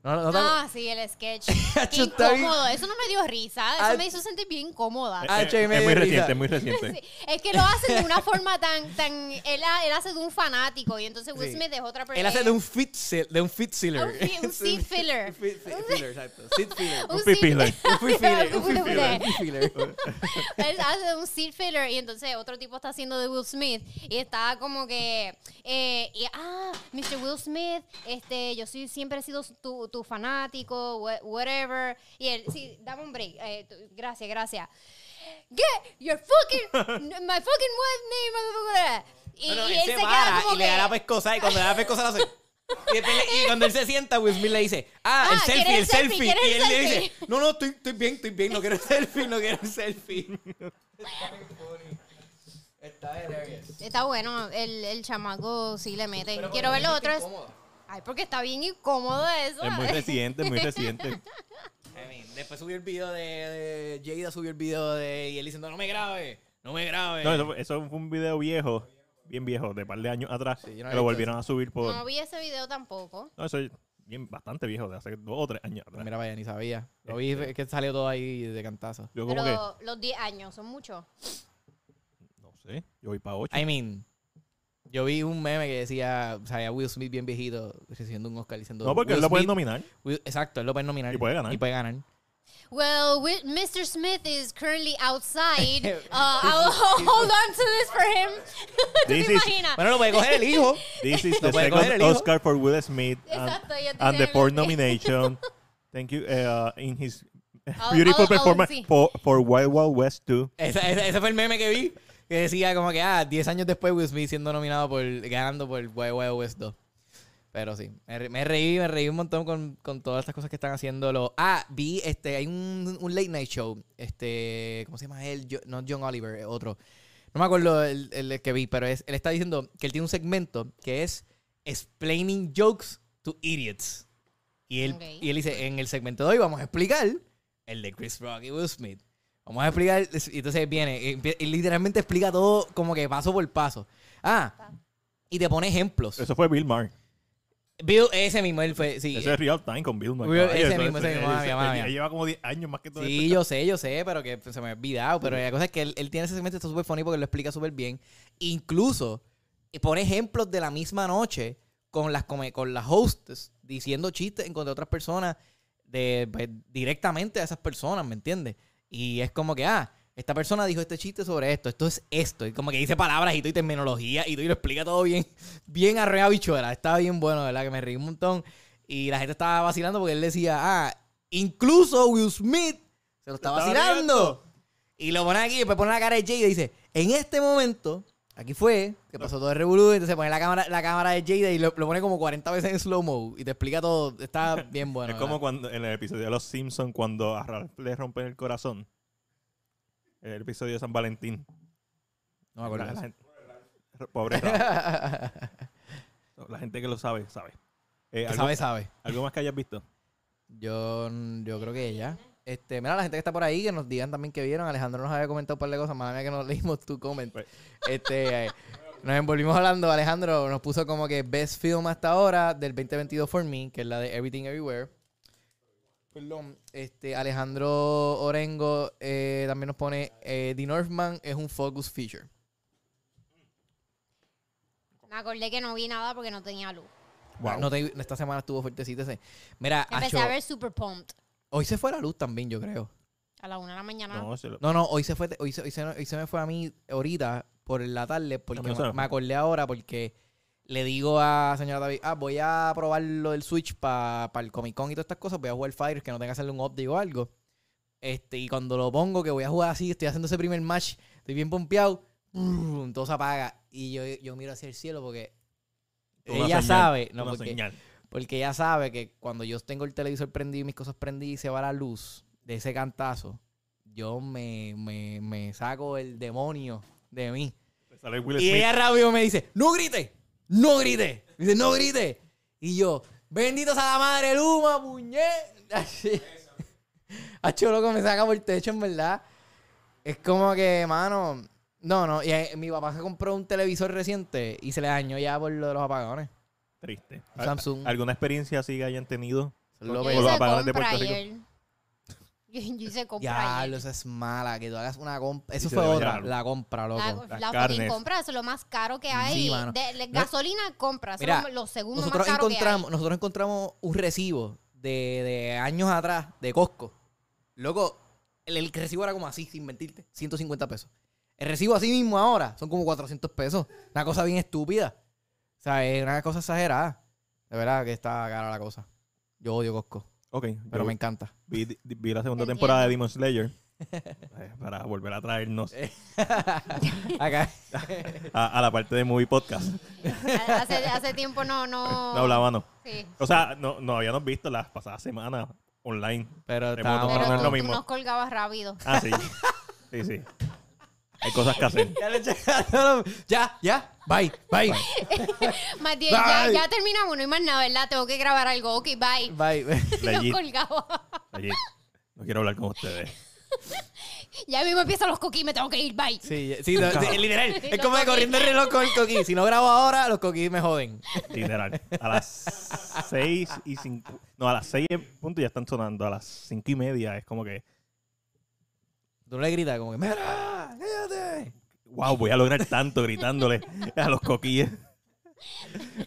A: No, no, no te-
C: Ah, sí, el sketch. Qué
A: Hacho, está bien.
C: incómodo. Eso no me dio risa.
A: Ah.
C: Eso me hizo sentir bien incómoda.
A: Ah, che,
B: Eh, es
A: me
B: muy
A: dio
B: reciente,
A: risa.
B: es muy reciente.
C: Sí, Es que lo hacen de una forma tan, tan, él, ha- él hace de un fanático y entonces Will
A: Sí.
C: Smith es otra persona.
A: Él hace de un fit, se- de un fit sealer.
C: Un fi- un seat filler.
A: Fit- fit filler, exacto. Seat filler.
C: Un
B: Un
C: sí-
B: pipila.
A: Un fit filler. Un fit filler.
C: Filler.
A: Un fit filler.
C: él hace de un seat filler y entonces otro tipo está haciendo de Will Smith y está como que eh, y, ah Mr. Will Smith este yo soy siempre he sido tu, tu fanático wha- whatever y él sí dame un break eh, tú- gracias gracias get your fucking my fucking wife name blah, blah, blah, blah. y,
A: No, no,
C: y
A: él se
C: queda
A: para
C: como
A: y le da
C: que-
A: la pescosa y cuando le da la pescosa lo hace. Y, después le- y cuando él se sienta, Will Smith le dice, ah, el
C: Ah,
A: selfie, el
C: ¿quieres el
A: selfie.
C: selfie?
A: Y él
C: ¿Quieres
A: le
C: el
A: dice,
C: selfie?
A: no, no, estoy, estoy bien, estoy bien, no quiero el selfie, no quiero el selfie. Está hilarious.
C: Está bueno, el, el chamaco sí le mete. Quiero ver los otros. Ay, porque está bien incómodo eso.
B: Es muy reciente, es muy reciente.
A: I mean, después subió el video de, de Jada, subió el video de... Y él diciendo, no me grabe, no me grabe.
B: No, eso, eso fue un video viejo, bien viejo, de par de años atrás.
A: Sí, yo no he
B: que
A: visto
B: lo volvieron a subir por.
C: No vi ese video tampoco.
B: No, eso es bien, bastante viejo, de hace dos o tres años atrás.
A: Mira, vaya, ni sabía. Lo vi
B: Eh,
A: es que salió todo ahí de cantazo.
B: Yo como
C: Pero los 10 años son muchos.
B: que, no sé, yo voy para ocho.
A: I mean, yo vi un meme que decía, o sea, a Will Smith bien viejito recibiendo un Oscar diciendo...
B: No, porque
A: Will
B: él lo puede
A: Smith-
B: nominar.
A: Will- exacto, él lo puede nominar.
B: Y puede ganar.
A: Y puede ganar.
C: Well, wi- Mr. Smith is currently outside. Uh, I'll hold on to this for him. ¿Tú
B: This
C: te
B: is-
C: imaginas?
A: Bueno, lo puede coger el hijo.
B: This is
A: No
B: the
A: puede coger el
B: second
A: hijo.
B: Oscar for Will Smith and,
C: Exacto, ya te
B: and the
C: tengo
B: fourth
C: el-
B: nomination. Thank you eh, uh, in his
C: I'll-
B: beautiful
C: I'll- I'll
B: performance
C: see.
B: for, for Wild Wild West 2.
A: Esa- esa- ese fue el meme que vi. Que decía como que, ah, 10 años después Will Smith siendo nominado por, ganando por Wild Wild West 2. Pero sí, me, re- me reí, me reí un montón con, con todas estas cosas que están haciendo. Lo, ah, vi, este, hay un, un late night show. Este, ¿cómo se llama él? Jo- no John Oliver, eh, otro. No me acuerdo el, el que vi, pero es, él está diciendo que él tiene un segmento que es Explaining Jokes to Idiots. Y él,
C: Ok.
A: y él dice, en el segmento de hoy vamos a explicar el de Chris Rock y Will Smith. Vamos a explicar, y entonces viene, y, empie- y literalmente explica todo como que paso por paso. Ah, y te pone ejemplos.
B: Eso fue Bill Maher.
A: Bill, ese mismo, él fue, sí.
B: Ese es Real Time con Bill Maher.
A: Real-
B: caballo,
A: ese
B: eso-
A: mismo,
B: eso-
A: ese mismo,
B: él-
A: mami,
B: él-
A: mami.
B: él Lleva como 10 años más que todo
A: Sí, yo sé, yo sé, pero que se me ha olvidado. Pero la cosa es que él, él tiene ese segmento, está súper funny porque lo explica súper bien. Incluso eh, pone ejemplos de la misma noche con las, come- con las hosts diciendo chistes en contra de otras personas de, pues, directamente a esas personas, ¿me entiendes? Y es como que, ah, esta persona dijo este chiste sobre esto, esto es esto. Y como que dice palabras y todo y terminología y todo y lo explica todo bien, bien arreado bichuela. Estaba bien bueno, ¿verdad? Que me reí un montón. Y la gente estaba vacilando porque él decía, ah, incluso Will Smith se lo está
B: Estaba
A: vacilando. Y lo pone aquí, después pone la cara de Jada y dice, en este momento, aquí fue, que pasó todo el revolú, entonces pone la cámara, la cámara de Jada y lo, lo pone como 40 veces en slow-mo y te explica todo. Está bien bueno.
B: es como
A: ¿verdad?
B: cuando en el episodio de Los Simpsons, cuando a Ralph le rompen el corazón. El episodio de San Valentín.
A: No me acuerdo.
B: La-
A: de
B: la
A: eso.
B: gente- Pobre Ralph. La gente que lo sabe, sabe. Eh,
A: Que
B: algo,
A: sabe, sabe.
B: algo más que hayas visto?
A: Yo, yo creo que ya. Este, mira, la gente que está por ahí, que nos digan también que vieron. Alejandro nos había comentado un par de cosas. Madre mía que nos leímos tu comment.
B: Pues.
A: Este, eh, nos envolvimos hablando. Alejandro nos puso como que Best Film hasta ahora del 2022 for me, que es la de Everything Everywhere. Perdón. Este, Alejandro Orengo eh, también nos pone eh, The Northman es un focus feature.
C: Me acordé que no vi nada porque no tenía luz.
B: Wow.
A: No te- esta semana estuvo fuertecito ese. Mira,
C: Empecé
A: acho,
C: a ver Super Pumped
A: hoy se fue la luz también, yo creo.
C: a la una de la mañana.
B: No, se lo-
A: No, no, hoy se fue, hoy se, hoy se- hoy se me fue a mí ahorita por la tarde, porque
B: También se
A: me,
B: me
A: me acordé ahora porque le digo a señora David, ah, voy a probar lo del Switch para el Comic Con y todas estas cosas, voy a jugar Fire, que no tenga que hacerle un update o algo. Este, y cuando lo pongo, que voy a jugar así, estoy haciendo ese primer match, estoy bien pompeado, ¡brum! todo se apaga. Y yo, yo miro hacia el cielo porque
B: Una
A: ella
B: señal,
A: sabe, no,
B: una
A: porque,
B: señal.
A: porque ella sabe que cuando yo tengo el televisor prendido y mis cosas prendidas y se va la luz de ese cantazo, yo me, me, me saco el demonio de mí.
B: Te sale Will
A: Y
B: Smith.
A: ella rápido me dice, no grite, no grite. Me dice, no grite. Y yo, bendito sea la madre Luma, puñe. Así. Hacho loco me saca por el techo, en verdad. Es como que, mano. No, no. Y eh, mi papá se compró un televisor reciente y se le dañó ya por lo de los apagones.
B: Triste.
A: Un Samsung.
B: ¿Al- ¿Alguna experiencia así que hayan tenido?
A: Eso es lo
C: Yo
B: Con
A: peor.
B: los
C: hice
B: apagones de
C: compra
B: Puerto Rico.
C: ayer. Yo, yo hice compra
A: Ya,
C: ayer.
A: lo esa es mala, que tú hagas una compra. Eso
B: se
A: fue
B: le vaya
A: otra,
B: la luz.
A: la compra, loco.
C: La,
B: Las
C: la fucking
B: carnes.
C: compra, eso es lo más caro que hay.
A: Sí, mano.
C: De- de-
A: No-
C: gasolina, compra, eso es
A: Mira,
C: lo- lo segundo más
A: Nosotros
C: caro
A: encontramos, nosotros encontramos un recibo de, de años atrás de Costco. Loco, el, el recibo era como así, sin mentirte, 150 pesos. El recibo así mismo ahora son como 400 pesos. Una cosa bien estúpida. O sea, es una cosa exagerada. De verdad que está cara la cosa. Yo odio Costco,
B: Ok.
A: pero
B: yo
A: me encanta.
B: vi, di- vi la segunda
C: Entiendo.
B: temporada de Demon Slayer. eh, para volver a traernos
A: Acá.
B: a, a la parte de Movie Podcast.
C: que hay. Hace, hace tiempo no...
A: Oh.
C: No,
B: No hablaba, no.
C: Sí.
B: O sea, no, no habíamos visto las pasadas semanas online.
A: Pero
B: Remoto,
A: estábamos-
B: pero no es
C: tú
B: lo mismo.
C: nos colgabas rápido.
B: Ah, sí. Sí, sí. Hay cosas que hacer.
A: Ya, le echaron- ya, ya. Bye, bye.
C: Matías, ya,
A: Bye.
C: ya terminamos, no hay más nada, ¿verdad? Tengo que grabar algo, ok, bye.
A: Bye.
B: Legit,
C: Nos colgaba.
B: legit. No quiero hablar con ustedes.
C: Ya mismo empiezan los coquí, me tengo que ir, bye.
A: Sí, eh, sí, no, sí, literal. Es
C: Los
A: como de
C: coquis.
A: corriendo el reloj con el coquí. Si no grabo ahora, los coquí me joden.
B: Literal. A las 6 y 5. No, a las 6 en punto ya están sonando. A las 5 y media es como que.
A: Tú le gritas como que, ¡Mira! ¡Cállate!
B: Wow, voy a lograr tanto gritándole a los coquilles.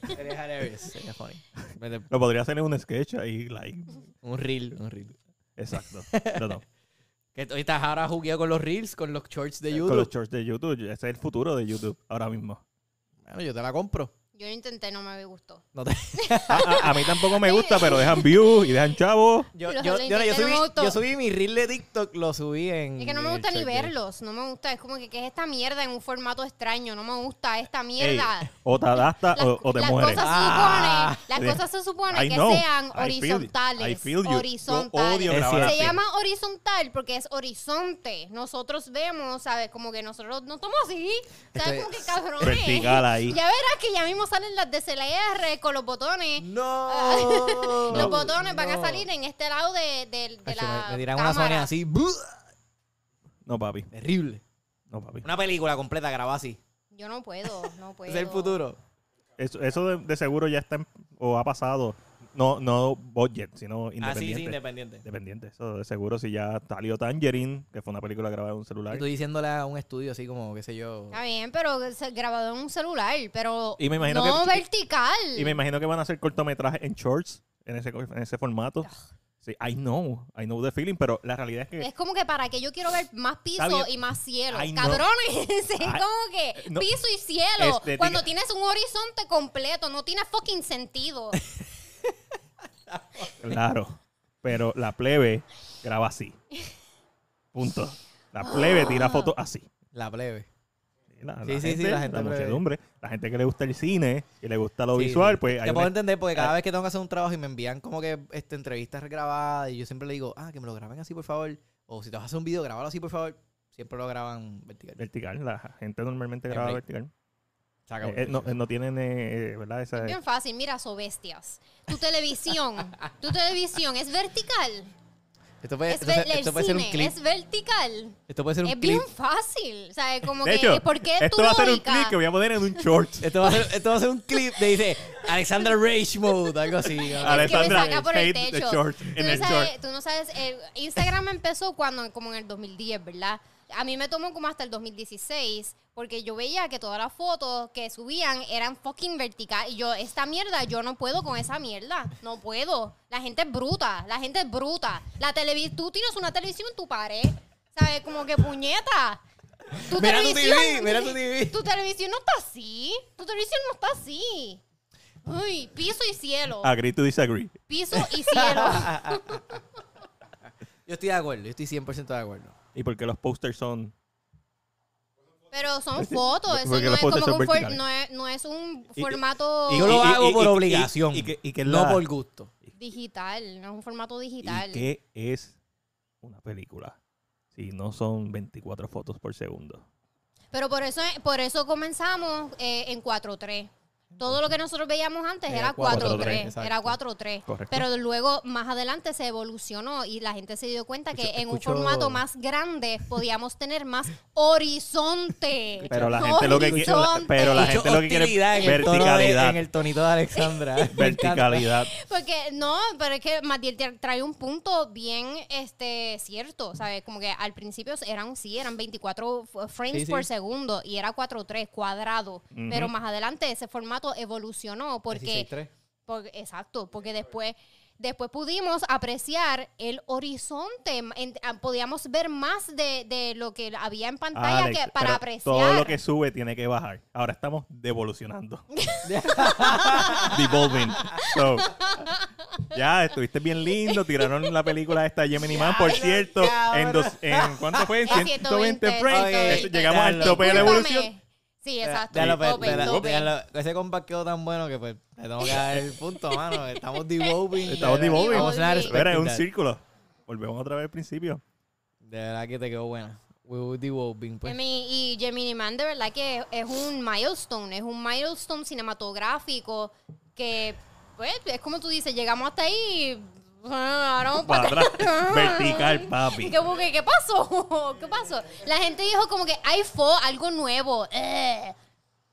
A: Sería hilarious. Sería funny. Vete,
B: Lo podría hacer en un sketch ahí, like.
A: Un reel, un reel.
B: Exacto. Pero no.
A: Que tú estás ahora jugueado con los reels, con los shorts de
B: Con
A: YouTube.
B: los shorts de YouTube. Ese es el futuro de YouTube ahora mismo.
A: Bueno, yo te la compro.
C: Yo lo intenté, no me gustó.
A: No te-
B: A, a- a mí tampoco me gusta, pero dejan views y dejan chavos.
A: Yo,
C: Los
A: yo,
C: lo
A: yo no, yo
C: intenté, no
A: subí,
C: me gustó.
A: yo subí mi reel de TikTok, lo subí en.
C: Es que no me
A: en el
C: gusta ni
A: short de-
C: verlos, no me gusta. Es como que, ¿qué es esta mierda en un formato extraño? No me gusta esta mierda.
B: Ey, o te adaptas
C: Las,
B: o, o te
C: las
B: mueres.
C: Cosas
A: Ah.
C: se supone, las cosas se supone
B: I
C: que
B: know.
C: sean
B: I feel-
C: horizontales.
B: I feel you. Yo
C: horizontales.
B: odio
A: Es
B: grabar
A: cierto.
B: así.
C: Se llama horizontal porque es horizonte. Nosotros vemos, ¿sabes? Como que nosotros no estamos así. ¿Sabes?
A: Esto
C: Como que cabrones.
B: vertical ahí.
C: Ya verás que ya mismo salen las de CLR con los botones.
A: ¡No!
C: Los botones van a
A: No.
C: salir en este lado de, de- de
A: Cacho,
C: la.
A: me, me tiran
C: cámara.
A: una Sony así.
B: No, papi.
A: Terrible.
B: No, papi.
A: Una película completa grabada así.
C: Yo no puedo, no puedo.
A: Es el futuro.
B: Eso, eso de, de seguro ya está en- o ha pasado. No, no budget, sino
A: Así,
B: independiente.
A: Ah, sí, independiente.
B: Independiente. Eso de seguro si ya salió Tangerine, que fue una película grabada en un
A: Y
B: celular.
A: tú diciéndole a un estudio así como, qué sé yo.
C: Está bien, pero se- grabado en un celular, pero
B: Y me imagino
C: no
B: que-
C: vertical.
B: Y me imagino que van a hacer cortometrajes en shorts, en ese, en ese formato. Sí, I know, I know the feeling, pero la realidad es que
C: Es como que para que yo quiero ver más piso
B: bien.
C: y más cielo.
B: Ay, no.
C: Cabrones, es como que
B: no. Este,
C: piso y cielo.
B: Estética.
C: Cuando tienes un horizonte completo, no tiene fucking sentido.
B: Claro. Pero la plebe graba así. Punto. La plebe
C: Ah.
B: tira fotos así.
A: La plebe.
B: La, la
A: Sí, sí, sí,
B: gente,
A: la
B: la
A: gente plebe.
B: muchedumbre, la gente que le gusta el cine y le gusta lo
A: Sí,
B: visual,
A: sí.
B: pues hay
A: Te puedo
B: una-
A: entender porque
B: hay-
A: cada vez que tengo que hacer un trabajo y me envían como que este, entrevistas grabadas y yo siempre le digo, ah, que me lo graben así, por favor. O si te vas a hacer un video, grabalo así, por favor. Siempre lo graban vertical.
B: vertical. La gente normalmente
A: El
B: graba
A: break.
B: vertical.
A: Se acabó.
B: Eh, eh, no, eh, no tienen, eh, eh, ¿verdad? Esa,
C: Es bien fácil, mira, so bestias. Tu televisión, tu televisión es vertical.
A: esto puede,
C: Es
A: esto,
C: ver-
A: se- esto
C: el
A: puede ser un
C: cine,
A: clip.
C: es vertical.
A: Esto puede ser un
C: Es
A: clip.
C: bien fácil. O sea, es como
B: de
C: que,
B: hecho,
C: ¿por qué
B: esto
C: tu
B: va a ser un
C: lógica?
B: clip que voy a poner en un short.
A: Esto va, a ser, esto va a ser un clip de dice Alexander Rage Mode, algo así.
C: Es
B: Alex- Alexandra,
C: que me saca por el
B: hate the
C: techo.
B: short,
C: tú,
B: en
C: no
B: el
C: sabes,
B: short.
C: tú no sabes, eh, Instagram empezó cuando, como en el 2010, ¿verdad? A mí me tomó como hasta el 2016, porque yo veía que todas las fotos que subían eran fucking vertical. Y yo, esta mierda, yo no puedo con esa mierda. No puedo. La gente es bruta, la gente es bruta. La televi- tú tienes una televisión en tu pared. ¿Sabes? Como que puñeta. Tu
A: Mira tu
C: televisión,
A: TV, mira tu TV.
C: Tu televisión no está así. Tu televisión no está así. Uy, piso y cielo.
B: Agree to disagree.
C: Piso y cielo.
A: Yo estoy de acuerdo, yo estoy 100% de acuerdo.
B: ¿Y por qué los posters son
C: Pero son fotos, eso
B: Porque
C: no
B: los
C: es, como
B: postes
C: que
B: son
C: un for-
B: verticales.
C: no, es, no es un
B: Y-
C: formato
B: y-
A: Yo lo
B: y-
A: hago
B: y-
A: por
B: y- y-
A: obligación,
B: y que- y que
A: no
B: la-
A: por gusto.
C: digital, no es un formato
B: ¿Y
C: digital.
B: qué es una película? Si no son 24 fotos por segundo.
C: Pero por eso, por eso comenzamos eh, en 4-3. Todo lo que nosotros veíamos antes
A: Era
C: era
A: 4-3,
C: 4-3.
A: exacto.
C: Era 4-3.
B: Correcto.
C: Pero luego, más adelante, se evolucionó y la gente se dio cuenta que
B: Escucho-
C: en un
B: Pues escucho-
C: formato más grande podíamos tener más horizonte.
B: Pero la
C: No,
B: gente lo que quiere,
C: horizonte.
B: pero la
A: Mucho
B: gente lo que quiere
A: hostilidad
B: es
A: en el tono de-
B: verticalidad,
A: en el tonito de Alexandra. Me encanta.
B: verticalidad.
C: Porque no, pero es que Matiel te- trae un punto bien este cierto, ¿sabes? Como que al principio eran, sí, eran 24 f- frames
A: Sí, sí.
C: por segundo y era 4-3 cuadrado.
B: Ujú.
C: Pero más adelante ese formato evolucionó porque
A: 16:3.
C: por- exacto, porque después, después pudimos apreciar el horizonte, en- ah, podíamos ver más de, de lo que había en pantalla
B: Ah, Alex,
C: que, para
B: pero
C: apreciar.
B: Todo lo que sube tiene que bajar. Ahora estamos devolucionando. Devolving. So, ya, estuviste bien lindo. Tiraron la película esta Gemini Man, por cierto. En, dos, en ¿Cuánto fue? En
C: En
B: 120,
C: 120,
B: frames.
A: oye,
B: Eso, llegamos al
A: dale.
B: tope de la
C: Discúlpame.
B: evolución.
C: Sí, exacto.
A: Eh, Déjalo,
C: Tope,
A: pero- pero-
C: tope.
A: déjalo. Ese compa quedó tan bueno que pues le tengo que dar el punto, mano. Estamos devolving.
B: Estamos
A: de verdad.
B: devolving.
A: Vamos a dar
C: Devolving.
B: Espera, es un
A: expectativas.
B: círculo. Volvemos otra vez al principio.
A: De verdad que te quedó buena. We were devolving, pues.
C: I mean, y Gemini Man de verdad que es un milestone, es un milestone cinematográfico que, pues, es como tú dices, llegamos hasta ahí y, ah, ahora vamos
B: Para
C: para
B: atrás. Vertical,
C: Y
B: papi.
C: como que, Ah. ¿qué pasó? ¿Qué pasó? La gente dijo como que hay fo, algo nuevo. Eh.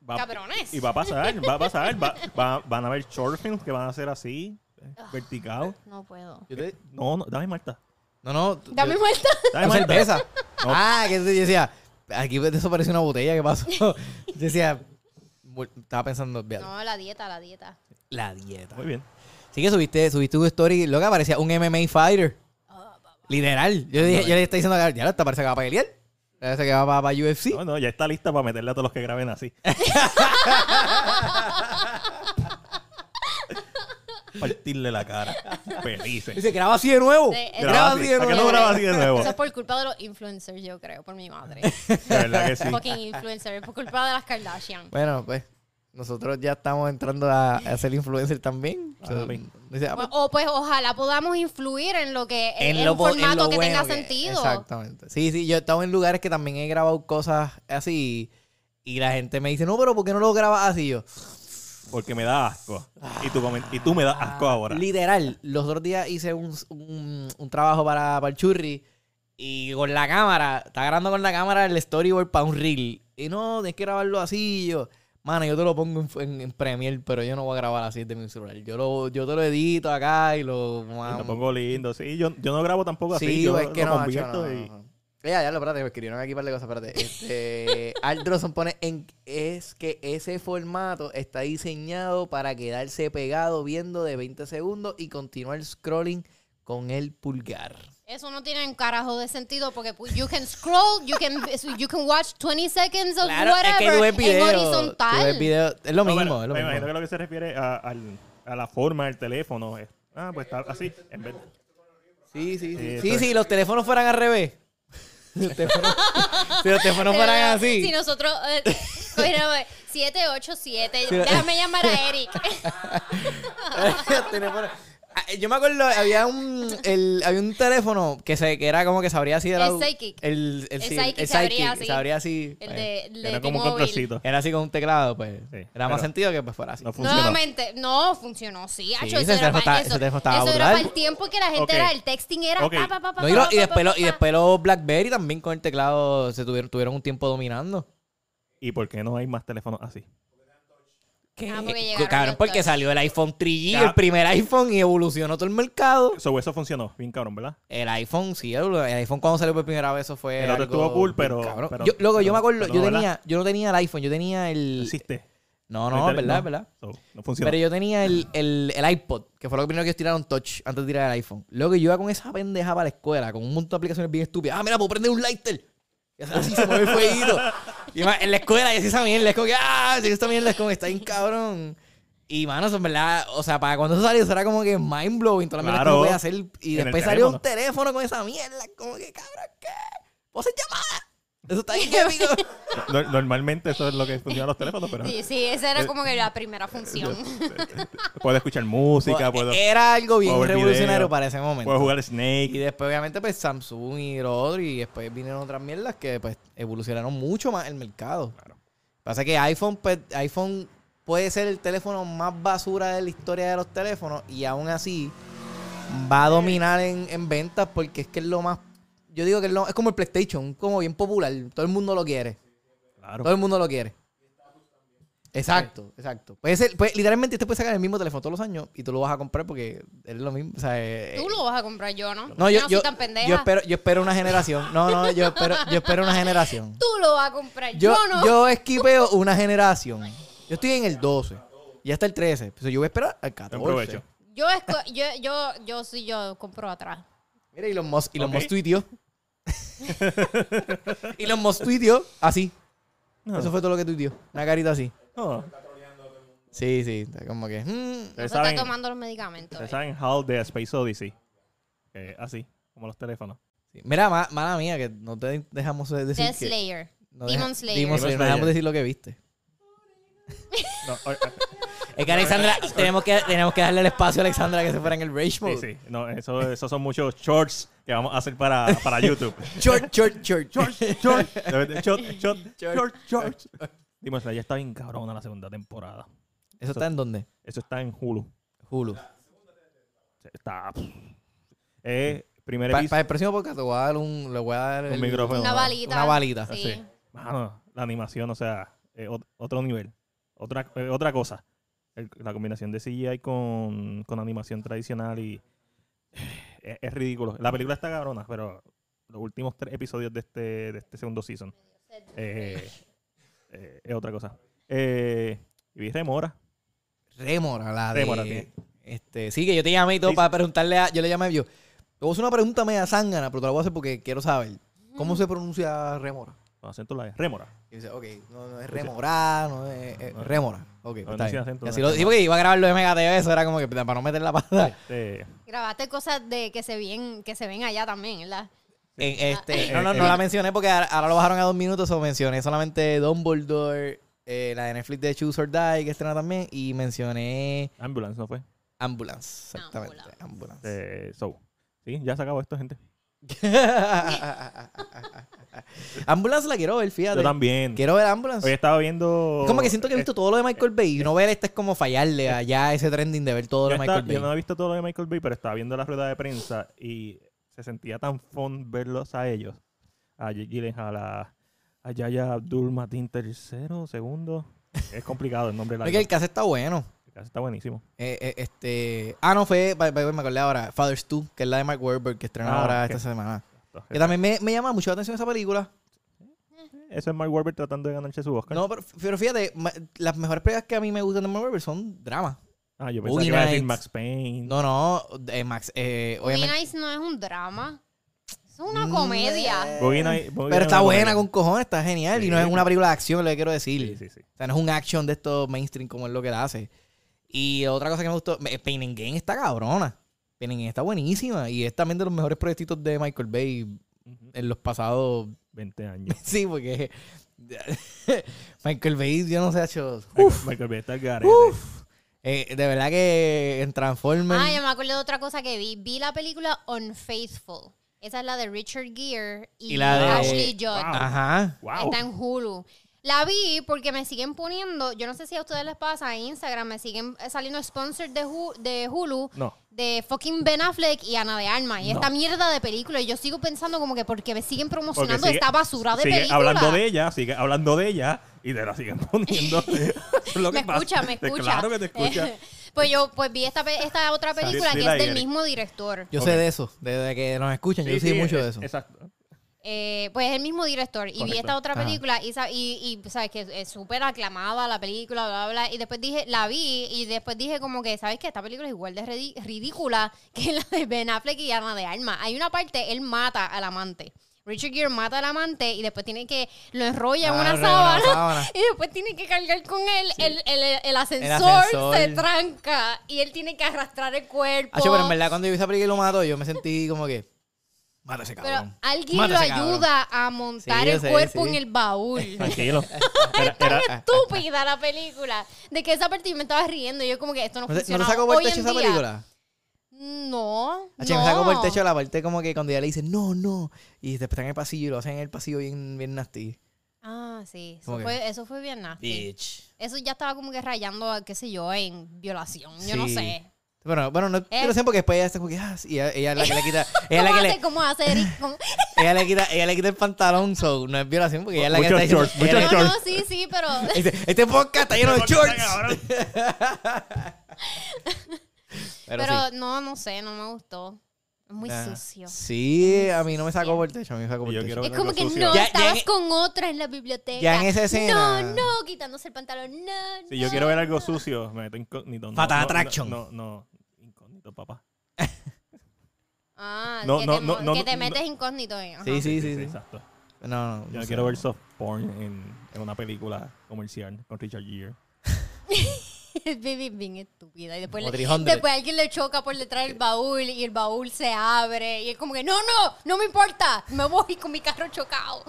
B: Va-
C: Cabrones.
B: Y va a pasar, va a pasar. va- va- van a haber short films que van a ser así, eh, vertical.
C: No puedo.
A: Yo te-
B: No, no, dame Marta.
A: No, no. t-
C: Dame
A: yo-
C: vuelta.
B: Dame
A: No,
B: Marta.
A: cerveza.
B: No.
A: Ah, que yo decía, aquí desapareció una botella, ¿qué pasó? Yo decía, bu- estaba pensando, olvídate.
C: No, la dieta, la dieta.
A: la dieta.
B: Muy bien.
A: Sí que subiste, subiste tu story, loca, parecía un MMA fighter. Literal. Yo, dije- yo le estaba diciendo a Gabriel, ya esta parece que va para pelear. Parece que va para, para UFC.
B: No, no, ya está lista para meterle a todos los que graben así. Partirle la cara. Felices.
A: Dice, graba así de nuevo.
C: Sí, es-
A: graba
B: Graba
A: así
B: así.
A: de
B: ¿Para qué
A: nuevo.
B: no graba así de nuevo?
C: Eso es por culpa de los influencers, yo creo, por mi madre.
B: De verdad que sí.
C: Fucking influencers, por culpa de las Kardashian.
A: Bueno, pues, nosotros ya estamos entrando a, a ser influencer también.
B: Ah,
A: So,
B: bien.
A: dice, ah, pues,
C: O pues ojalá podamos influir en lo que en, un
A: po- en
C: formato
A: lo
C: que
A: bueno
C: tenga sentido.
A: Exactamente. Sí, sí, yo he estado en lugares que también he grabado cosas así y la gente me dice, no, pero ¿por qué no lo grabas así? Yo,
B: Porque me da asco. Y tú, comen- y tú me das
A: Ah,
B: asco ahora.
A: literal, los otros días hice un, un- un trabajo para, para el churri y con la cámara, está grabando con la cámara el storyboard para un reel. Y no, tienes que grabarlo así. Y yo, mano, yo te lo pongo en, en- en Premiere, pero yo no voy a grabar así de mi celular. Yo, lo, yo te lo edito acá y lo...
B: Lo pongo lindo. Sí, yo, yo no grabo tampoco así.
A: Sí,
B: yo
A: es que
B: lo
A: no,
B: convierto
A: macho, no,
B: y-
A: no, no. Ya, ya lo, espérate, me escribieron aquí un par de cosas, espérate. Este, Aldroson pone en es que ese formato está diseñado para quedarse pegado viendo de 20 segundos y continuar scrolling con el pulgar.
C: Eso no tiene un carajo de sentido porque pu- you can scroll, you can you can watch 20 seconds of whatever en
A: Tú
C: horizontal.
A: ves video, es lo
B: No,
A: mismo,
B: pero
A: es lo
B: me imagino
A: mismo.
B: que lo que se refiere a, al- a la forma del teléfono es. Ah, pues está así. En vez,
A: Sí, sí, sí.
B: Sí,
A: Sí,
B: eso
A: sí, los teléfonos fueran al revés. Los teléfonos- si los teléfonos fueran así.
C: Si nosotros eh, cogiéramos 787,
A: Sí.
C: déjame llamar a Eric.
A: Teléfono. Ah, Yo me acuerdo, había un, el- había un teléfono que se que era como que se abría así de
C: El
A: lado.
C: Psychic.
A: El, el,
C: El
A: sí,
C: Psychic
A: el
C: se abría
A: Psychic,
C: así.
A: se abría así.
C: El
A: pues.
C: de, de
B: Eh, era como un
C: T-Mobile.
B: controlcito.
A: Era así con un teclado, pues.
B: Sí,
A: era más
B: pero-
A: sentido que pues fuera así.
B: No funcionó.
C: Nuevamente, no funcionó, sí. acho,
A: ese
C: eso era,
A: teléfono estaba-
C: para,
A: ese
C: eso,
A: teléfono estaba
C: eso era
A: brutal.
C: para el tiempo que la gente
B: Ok.
C: era, el texting era
B: Ok.
C: pa, pa, pa, pa,
A: No, y, lo-
C: pa,
A: y
C: pa,
A: después, lo-
C: pa,
A: y
C: pa.
A: después los BlackBerry también con el teclado se tuvieron, tuvieron un tiempo dominando.
C: Ah,
B: ¿Y por qué no hay más teléfonos así?
A: ¿Qué?
C: Ah, porque llegaron
A: eh, Cabrón,
C: los
A: porque
C: touch.
A: salió el iPhone 3G,
B: Ya.
A: el primer iPhone, y evolucionó todo el mercado.
B: So, eso funcionó, bien cabrón, ¿verdad?
A: El iPhone, sí, el, el iPhone cuando salió por primera vez, eso fue.
B: El otro
A: algo
B: estuvo cool,
A: bien
B: pero-
A: cabrón.
B: pero-
A: yo, loco, yo
B: pero-
A: me acuerdo,
B: pero
A: yo
B: no, ¿verdad?
A: tenía, yo no tenía el iPhone, yo tenía
B: No
A: el.
B: existe.
A: No,
B: No
A: no,
B: hay
A: es
B: tele-
A: verdad,
B: no.
A: es verdad.
B: So, no funcionó.
A: Pero yo tenía el, el, el iPod, que fue lo primero que ellos tiraron touch antes de tirar el iPhone. Luego que yo iba con esa pendeja para la escuela, con un montón de aplicaciones bien estúpidas. Ah, mira, puedo prender un lighter. Y hace así se mueve el fueguito. Y ma- en la escuela, y así esa mierda. Es como que, ah, sí, esta mierda es como, está bien cabrón. Y, mano, eso en verdad, o sea, para cuando eso salió, eso era como que mind blowing. Todas las mierdas que
B: Claro.
A: uno podía hacer. Y
B: En el
A: después salió un
B: teléfono.
A: teléfono con esa mierda. Como que, cabrón, ¿qué? ¿Vos hacer llamadas? Eso está bien épico.
B: No- normalmente eso es lo que funcionan los teléfonos, pero. eh,
C: Sí, sí, esa era como que la primera función.
B: Puedo escuchar música, puedo,
A: Era algo bien
B: puedo ver
A: revolucionario
B: video,
A: para ese eh, momento.
B: puedo jugar
A: Y
B: Snake.
A: después, obviamente, pues Samsung y lo otro, y después vinieron otras mierdas que pues evolucionaron mucho más el mercado. Pasa que iPhone, pues, iPhone puede ser el teléfono más basura de la historia de los teléfonos, y aún así va a dominar en, en ventas porque es que es lo más. Yo digo que es, lo- es como el PlayStation, como bien popular. Todo el mundo lo quiere.
B: Claro.
A: Todo el mundo lo quiere. Exacto, exacto. Puede ser, pues, literalmente usted puede sacar el mismo teléfono todos los años y tú lo vas a comprar porque es lo mismo. O sea, eh,
C: Tú lo vas a comprar yo, ¿no?
A: no,
C: yo
A: yo,
C: no
A: yo,
C: soy tan pendeja.
A: yo espero, yo espero una generación. No, no, yo espero, yo espero una generación.
C: Tú lo vas a comprar yo,
A: Yo,
C: no.
A: yo esquipeo una generación. Yo estoy en el 12. Ya está el 13. Pues yo voy a esperar al
B: Buen
A: 14.
B: provecho.
C: Yo, esco- yo, yo, yo sí, yo compro atrás.
A: Mira, Elon Musk, Elon
B: Ok.
A: Musk tuiteó. Elon Musk tuiteó así.
B: No,
A: Eso fue todo lo que tuiteó. Una carita así.
B: no.
A: Sí, sí. está Como que... mm.
C: No
B: Ustedes
C: se está
B: saben,
C: tomando los medicamentos.
B: ustedes
C: eh.
B: saben Hall de Space Odyssey. Eh, así, como los teléfonos.
A: Sí. Mira, ma- mala mía, que no te dejamos decir
C: Death
A: que...
C: Slayer.
A: no deja-
C: Demon Slayer.
A: Demon
B: Slayer.
A: No dejamos decir lo que viste.
B: No, o- eh,
A: Es que Alexandra, tenemos que, tenemos que darle el espacio a Alexandra que se fuera en el Rage
B: sí,
A: Mode.
B: sí. No, eso- esos son muchos shorts que vamos a hacer para, para YouTube.
A: Short, short, short.
B: Short, short, short,
A: Short.
B: short, short. Dimos, ya está bien cabrona la segunda temporada.
A: ¿Eso está en dónde?
B: Eso está en Hulu.
A: Hulu.
B: Está. Eh, primer
A: Para
B: episodio.
A: el próximo podcast te voy a dar un, le voy a dar
B: Un
A: el-
B: micrófono.
C: Una balita.
A: Una balita.
C: Sí.
B: Sí. Mano, la animación, o sea, eh, ot- otro nivel. Otra, eh, otra cosa. El- la combinación de CGI con, con animación tradicional y. Es, es ridículo. La película está cabrona, pero los últimos tres episodios de este, de este segundo season eh, eh, es otra cosa. Eh, y vi Remora.
A: Rémora, la de.
B: Rémora, sí.
A: Este, sí, que yo te llamé y todo
B: Sí,
A: para preguntarle a. Yo le llamé yo. Te voy a hacer una pregunta media zángana, pero te la voy a hacer porque quiero saber. ¿Cómo se pronuncia Rémora?
B: Con acento la de Remora.
A: Y dice, ok, no, no es Remora, no es, es
B: No.
A: Rémora. Ok, pues
B: no
A: está
B: tiene
A: bien.
B: acento,
A: Y
B: no
A: así
B: es
A: lo-
B: Rémora.
A: sí, porque iba a grabarlo de Mega TV, eso era como que para no meter la pata.
B: Este,
C: Grabaste cosas de que se ven, que se ven allá también, ¿verdad?
A: En este,
B: Ah.
A: no, no,
B: Eh,
A: no
B: eh.
A: la mencioné porque ahora, ahora lo bajaron a dos minutos o mencioné solamente Dumbledore, eh, la de Netflix de Choose or Die que estrena también y mencioné
B: ambulance, ¿no fue? Ah,
A: Ambulance, exactamente, Ambulance.
B: Eh, so. Sí, ya se acabó esto, gente.
A: ambulance la quiero ver, fíjate.
B: Yo también.
A: Quiero ver Ambulance.
B: Hoy estaba viendo.
A: Es como que siento que he visto todo lo de Michael Bay y no ver este es como fallarle allá ese trending de ver
B: Yo,
A: todo lo de Michael
B: estaba- yo no
A: Bay.
B: he visto todo lo de Michael Bay, pero estaba viendo la rueda de prensa y se sentía tan fun verlos a ellos. A Jake Gyllenhaal, a, a Yaya Abdul Matin tercero, segundo. Es complicado el nombre
A: No,
B: largo.
A: es que el caso está bueno.
B: El caso está buenísimo.
A: Eh, eh, este, ah, no, fue, by- by- me acordé ahora, Father's 2, que es la de Mark Wahlberg que estrena
B: Ah,
A: ahora
B: ok.
A: esta semana.
B: Entonces,
A: Que también me, me llama mucho la atención esa película.
B: Eso es Mark Wahlberg tratando de ganarse su Oscar.
A: No, pero, pero fíjate, ma- las mejores películas que a mí me gustan de Mark Wahlberg son dramas.
B: ah, yo pensaba
A: Boogie
B: que iba a decir
A: Nights.
B: Max Payne.
A: No, no, eh, Max, eh,
C: Boogie
A: obviamente. Mm,
C: Nights no es un drama. Es una
A: eh,
C: comedia.
B: Boogie Night- Boogie
A: Pero
B: Nights
A: está
B: es
A: buena
B: buena.
A: con cojones, está genial. Y no
B: Sí.
A: es una película de acción, lo que quiero
B: Sí,
A: decir.
B: sí, sí.
A: O sea, no es un action de estos mainstream como es lo que la hace. Y otra cosa que me gustó, me- Pain and Gain está cabrona. Pain and Gain está buenísima. Y es también de los mejores proyectitos de Michael Bay
B: Ujú.
A: en los pasados.
B: 20 años.
A: Sí, porque. Michael Bay, yo no sé, ha hecho.
B: Michael- Michael Bay está al garete.
A: Eh, de verdad que en Transformers.
C: Ah, yo me acuerdo de otra cosa que vi. Vi la película Unfaithful. Esa es la de Richard Gere y,
A: Y la de-
C: Ashley Judd.
B: Wow.
A: Ajá.
B: Wow.
C: Está en Hulu. La vi porque me siguen poniendo, yo no sé si a ustedes les pasa, en Instagram me siguen eh, saliendo sponsors de, Hu- de Hulu
B: No.
C: de fucking Ben Affleck y Ana de Armas. Y
B: No.
C: esta mierda de película. Y yo sigo pensando como que porque me siguen
B: Porque
C: promocionando
B: sigue-
C: esta basura de
B: sigue
C: película.
B: hablando de ella, sigue hablando de ella y te la siguen poniendo. Es lo que
C: me
B: pasa.
C: escucha, me
B: Te-
C: escucha.
B: Claro que te escucha.
C: pues yo pues vi esta, pe- esta otra
B: Sorry,
C: película que
B: dila
C: es del
B: ayer.
C: mismo director.
A: Yo
B: Ok.
A: sé de eso, desde que nos escuchan, yo
B: Sí,
A: sé
B: sí,
A: mucho
B: es-
A: de eso.
B: Exacto.
C: Eh, pues es el mismo director. Y vi
B: Correcto.
C: esta otra
A: Ajá.
C: película y, sa- y, y, sabes que es súper aclamada la película, bla, bla, bla. Y después dije, la vi y después dije como que, ¿sabes que Esta película es igual de ridi- ridícula que la de Ben Affleck y Ana de Armas. Hay una parte, él mata al amante. Richard Gere mata al amante y después tiene que lo enrolla en
A: Ah,
C: una
A: re buena
C: sábana.
A: sábana.
C: Y después tiene que cargar con él. El, el- el ascensor
A: ascensor.
C: se tranca y él tiene que arrastrar el cuerpo.
A: Hacho, Ah, pero en verdad cuando yo vi esa película y lo mató, yo me sentí como que. Mata ese
C: Pero
A: cabrón.
C: alguien
A: Mata
C: lo
A: ese cabrón".
C: ayuda a montar
A: Sí, yo
C: el
A: sé,
C: cuerpo
A: sí.
C: en el baúl.
B: Tranquilo. Era- era-
C: Estúpida la película. De que esa parte yo me estaba riendo. Yo como que esto no,
A: ¿No te,
C: funciona.
A: ¿No te sacó por
C: Hoy
A: el techo
C: en
A: esa
C: día,
A: película? Ah,
C: No.
A: Hacho,
C: no.
A: me sacó por el techo la parte como que cuando ella le dice no, no. Y después está en el pasillo y lo hacen en el pasillo bien, bien nasty.
C: Ah, sí. Eso
A: ¿Cómo que?
C: fue, eso fue bien nasty.
A: Bitch.
C: Eso ya estaba como que rayando, qué sé yo, en violación. Yo no
A: Sí.
C: sé.
A: Bueno, bueno, no,
C: Eh.
A: yo lo sé porque después ella está como que, ah, sí, y ella, ella es la que le quita, ella es la
C: ¿Cómo
A: que le,
C: hace, cómo hace Eric? ¿Cómo?
A: ella le quita, ella le quita el pantalón, so no es violación porque ella es la que
B: Muchos
A: está diciendo-
B: shorts,
A: ella
B: muchos
A: le-
C: No, no, sí, sí, pero...
A: dice, este podcast está lleno de shorts.
B: Cabrón.
A: Pero, sí.
C: Pero no, no sé, no me gustó. Es muy
A: Ah,
C: sucio.
A: Sí, a mí no me sacó por el techo, a mí me sacó por
B: Yo
A: el techo.
B: quiero-
C: Es como que
B: sucio.
C: no,
A: Ya- ya
C: estabas
A: en- e-
C: con otra en la biblioteca.
A: Ya en esa escena.
C: No, no, quitándose el pantalón. No,
B: Si yo
C: no.
B: quiero ver algo sucio, me meto incógnito. No,
A: Fatal
B: no,
A: Attraction.
B: No, no, no, incógnito, papá.
C: Ah,
B: No,
C: que,
B: no,
C: te,
B: no,
C: mo-
B: no,
C: que te
B: no.
C: metes incógnito. En, ajá.
A: Sí, sí, sí. sí.
B: Exacto.
A: No, no.
B: Yo no
A: sé.
B: quiero ver soft porn en, en una película comercial con Richard Gere.
C: Es bien, bien estúpida. Y después,
A: Como
C: le-
A: 300.
C: después alguien le choca por detrás del baúl y el baúl se abre. Y es como que, no, no, no me importa. Me voy con mi carro chocado.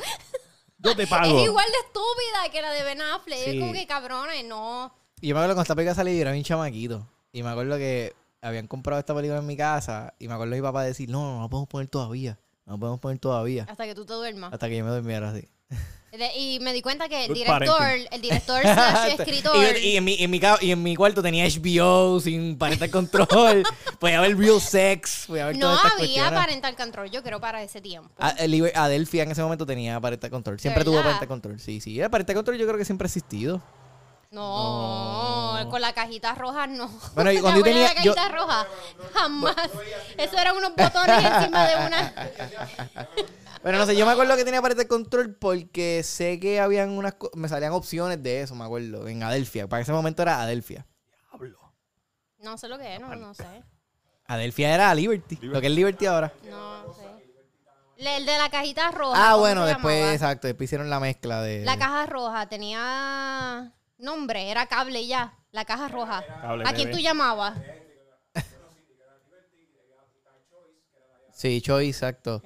B: Yo te
C: Es
B: pago.
C: igual de estúpida que la de Ben Affleck.
A: Sí.
C: Es como que, cabrones, no.
A: Y yo me acuerdo cuando esta película salió, yo era bien chamaquito. Y me acuerdo que habían comprado esta película en mi casa. Y me acuerdo mi papá decir, no, no la podemos poner todavía. No la podemos poner todavía.
C: Hasta que tú te duermas.
A: Hasta que yo me durmiera así. Ah.
C: De- Y me di cuenta que el
B: Good
C: director,
B: parenting.
C: el director slash escritor...
A: Este, Y, yo- y en mi, en mi ca- y en mi cuarto tenía HBO sin parental control. podía ver Real Sex. Podía ver
C: No
A: todas estas
C: había
A: cuestiones.
C: parental control, yo creo, para ese tiempo.
A: A- el Iber- Adelphia en ese momento tenía parental control. Siempre tuvo
C: verdad?
A: parental control. Sí, sí. El parental control yo creo que siempre ha existido.
C: No, con la cajita roja no.
A: Bueno, y
C: ¿Te
A: cuando yo
C: acuerdas
A: tenía-
C: de la cajita roja, jamás. Eso eran unos botones encima de una.
A: Pero no sé, yo me acuerdo que tenía parental control porque sé que habían unas co- me salían opciones de eso, me acuerdo, en Adelphia. Para ese momento era Adelphia.
C: No sé lo que es, no, no sé.
A: Adelphia era Liberty, lo que es Liberty ahora.
C: No sé. Le- El de la cajita roja.
A: Ah,
C: Oh, ¿cómo
A: bueno,
C: se
A: después,
C: llamaba?
A: exacto, después hicieron la mezcla de
C: La caja roja tenía nombre, era cable ya. La caja roja.
B: Cable,
C: ¿A quién
B: bebé.
C: tú llamabas?
A: Sí, Choice, exacto.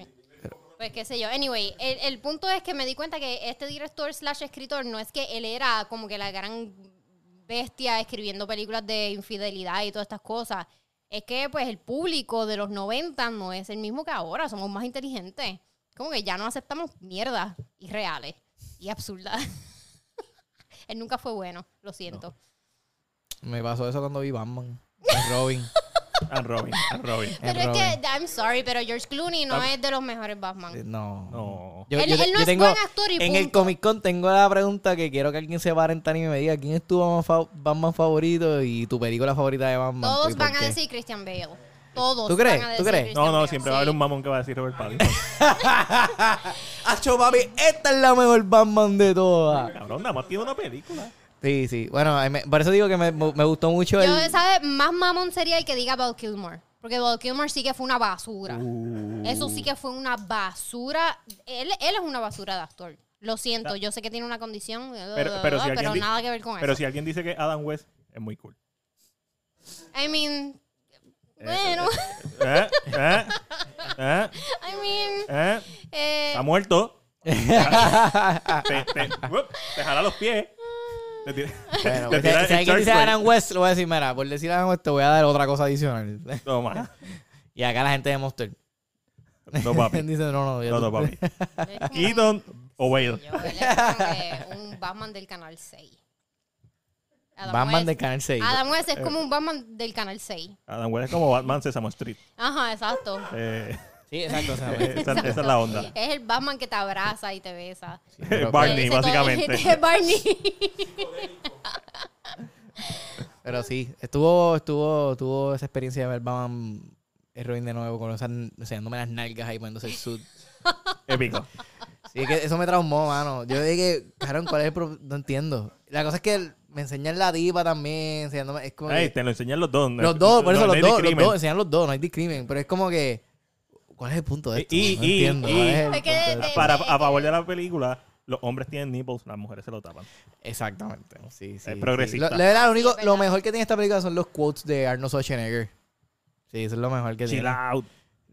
C: Pues qué sé yo. Anyway, el, el punto es que me di cuenta que este director slash escritor no es que él era como que la gran bestia escribiendo películas de infidelidad y todas estas cosas. Es que pues el público de los 90 no es el mismo que ahora. Somos más inteligentes. Como que ya no aceptamos mierdas irreales y absurdas. él nunca fue bueno, lo siento.
A: Me pasó eso cuando vi Batman, con Robin.
B: A Robin, a Robin.
C: Pero
A: Es Ah,
C: es que, I'm sorry, pero George Clooney no es de los mejores Batman.
A: Eh, No.
B: No.
A: Yo-
C: Él-
A: yo-
C: él no
A: yo
C: es
A: tengo-
C: buen actor y
A: En el
C: punto.
A: Comic Con tengo la pregunta que quiero que alguien se pare en Tani y me diga quién es tu Batman, fa- Batman favorito y tu película favorita de Batman. ¿Y
C: Todos
A: por
C: van a
A: qué?
C: decir Christian Bale. Todos.
A: ¿Tú crees?
C: Van a
A: ¿Tú
C: decir
A: crees?
C: Christian
B: No, no,
C: Bale.
B: siempre va a haber
C: Sí.
B: un mamón que va a decir Robert Pattinson.
A: ¡Acho, papi! ¡Esta es la mejor Batman de todas!
B: Cabrón, nada más tiene una película.
A: Sí, sí. Bueno, a mí me- por eso digo que me, me gustó mucho el...
C: Yo, ¿sabes? Más mamón sería el que diga Val Kilmer. Porque Val Kilmer sí que fue una basura.
B: Uh.
C: Eso sí que fue una basura. Él, él es una basura de actor. Lo siento, yo sé que tiene una condición,
B: Ah.
C: uh,
B: Pero,
C: pero,
B: pero si alguien di-
C: nada que ver con
B: Pero
C: eso.
B: si alguien dice que Adam West es muy cool.
C: I mean, bueno,
B: ¿Eh? ¿Eh? ¿Eh?
C: I mean,
B: ¿Eh?
C: eh,
B: Está muerto. te, te, uop, te jala los pies. Te tira,
A: Bueno,
B: te
A: pues,
B: tira
A: si- si
B: el
A: alguien
B: church
A: dice
B: rate.
A: Aaron West, lo voy a decir, mira, por decir Aaron West te voy a dar otra cosa adicional.
B: No, ma.
A: y acá la gente de Monster.
B: No, papi.
A: dice, no, no, yo-
B: No, no, papi.
C: es como-
B: Keaton O'Bale.
C: Yo, él es como que un Batman del Canal 6.
A: Batman del
C: West-
A: Canal 6.
C: Adam West
B: Eh.
C: es como un Batman del Canal 6.
B: Adam West es como Batman Sesame Street.
C: Ajá, exacto.
B: Eh,
A: Sí, exacto. o sea,
B: esa, esa es la onda.
C: Es el Batman que te abraza y te besa.
A: pero- pues,
B: Barney,
C: Te dice todo-
B: básicamente.
C: Barney.
A: Pero sí, estuvo, estuvo, tuvo esa experiencia de ver Batman Heroin de nuevo, con esas, enseñándome las nalgas ahí poniéndose el suit.
B: Épico.
A: Sí, es que eso me traumó, mano. Yo dije, cabrón, ¿cuál es el pro-?" No entiendo. La cosa es que me enseñan la diva también, enseñándome. Es como
B: Ay,
A: que-
B: te lo enseñan los dos. no-
A: los dos, por
B: no-
A: eso
B: no
A: los
B: hay
A: dos, los
B: discrimen.
A: dos, enseñan los dos, no hay discrimen. Pero es como que, ¿Cuál es el punto de
B: Y-
A: esto?
B: y-
A: no
B: y-
A: entiendo.
B: y-
A: ¿cuál es el
C: Porque
A: punto de
C: de-
A: esto?
C: de-
B: Para, a favor de la película, los hombres tienen nipples, las mujeres se lo tapan.
A: Exactamente. Sí, sí.
B: Es
A: sí.
B: progresista.
A: Lo, la verdad, lo, único,
C: Sí, es
A: lo
C: verdad.
A: mejor que tiene esta película son los quotes de Arnold Schwarzenegger. Sí, eso es lo mejor que
B: Chill
A: tiene.
B: out.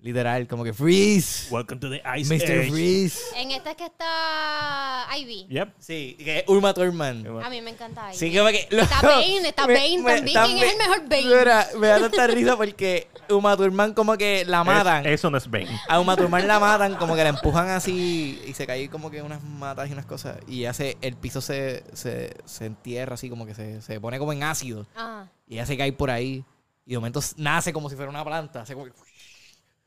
A: Literal, como que Freeze.
B: Welcome to the Ice
A: Mr.
B: Age.
A: Freeze.
C: En esta es que está Ivy.
B: Yep.
A: Sí, que es Uma Thurman.
C: A mí me encanta Ivy.
A: Sí, como que.
C: Está Bane, está Bane también. ¿Quién es el mejor Bane?
A: Mira, me da tanta risa porque Uma Thurman como que la matan.
B: Es- eso no es Bane.
A: A Uma Thurman la matan, como que la empujan así y se cae como que unas matas y unas cosas. Y hace, el piso se, se, se entierra así, como que se, se pone como en ácido.
C: Ah,
A: Y ella se cae por ahí. Y de momento nace como si fuera una planta. Hace como que.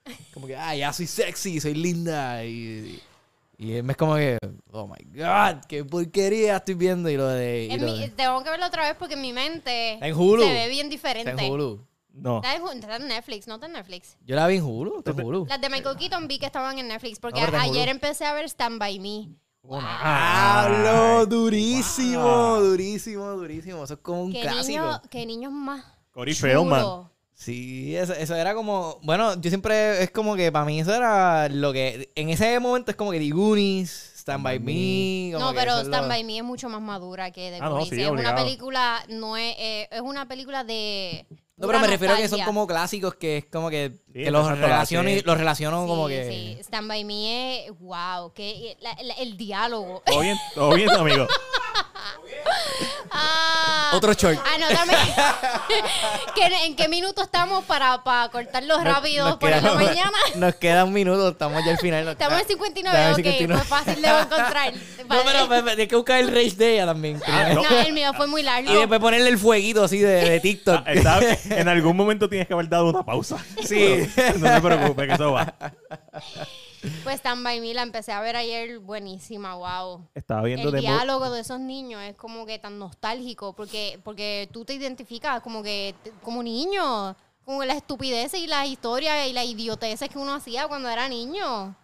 A: Como que, ah, ya soy sexy, soy linda. Y, y él es como que, oh my god, qué porquería estoy viendo. Y lo de. y
C: en
A: lo
C: mi-
A: de-
C: tengo que verlo otra vez porque en mi mente
A: Está en Hulu.
C: se ve bien diferente.
A: Está en Hulu.
B: No.
C: Está en Hulu, está en Netflix, no está en Netflix.
A: Yo la vi en Hulu. Está en Hulu.
C: Las de Michael Keaton vi que estaban en Netflix porque
A: No, pero está en
C: ayer
A: Hulu.
C: empecé a ver Stand By Me. Ah.
A: ¡Hablo!
B: Ay,
A: Durísimo,
B: wow.
A: durísimo, durísimo. Eso es como un
C: Qué
A: clásico.
C: niños, qué niños más.
B: Corey Feldman.
C: chulos.
A: Sí, eso, eso era como. Bueno, yo siempre. Es como que para mí eso era lo que. En ese momento es como que The Goonies, Stand By Me. como
C: No,
A: que
C: pero
A: eso es lo-
C: Stand By Me es mucho más madura que The
B: Ah, no,
C: Goonies.
B: sí,
C: es una
B: obligado.
C: película, no es, eh, es una película de.
A: No, pero
C: pura
A: me refiero a que son
C: nostalgia.
A: como clásicos que es como que, que
B: exacto,
A: los,
B: la
A: relaciono y,
B: serie.
A: los relaciono como
C: Sí,
A: que.
C: sí. Stand By Me eh, es. ¡Wow! Que, eh, la- la- el diálogo.
B: Todo bien, todo bien, amigo.
C: Ah,
A: Otro short.
C: Anótame. ¿Que en, en qué minuto estamos para, para cortarlo rápido
A: Nos
C: por la
A: queda-
C: mañana?
A: nos queda un minuto, estamos ya al final. nos
C: Estamos en
A: queda-
C: 59,
A: estamos
C: ok.
A: en 59.
C: Fue fácil de encontrar.
A: No, pero
C: Vale.
A: pero, pero, hay que buscar el rage de ella también.
B: Ah, no.
C: No, el mío fue muy largo.
A: Y después ponerle el fueguito así de, de TikTok.
B: Ah,
C: eh.
B: está- en algún momento tienes que haber dado una pausa.
A: Sí.
B: Pero no te preocupes, que eso va.
C: Pues Stand By Me la empecé a ver ayer, buenísima, wow.
B: Estaba viendo
C: El
B: de
C: diálogo de esos niños es como que tan nostálgico, porque, porque tú te identificas como que t- como niño, como que las estupideces y las historias y las idioteces que uno hacía cuando era niño.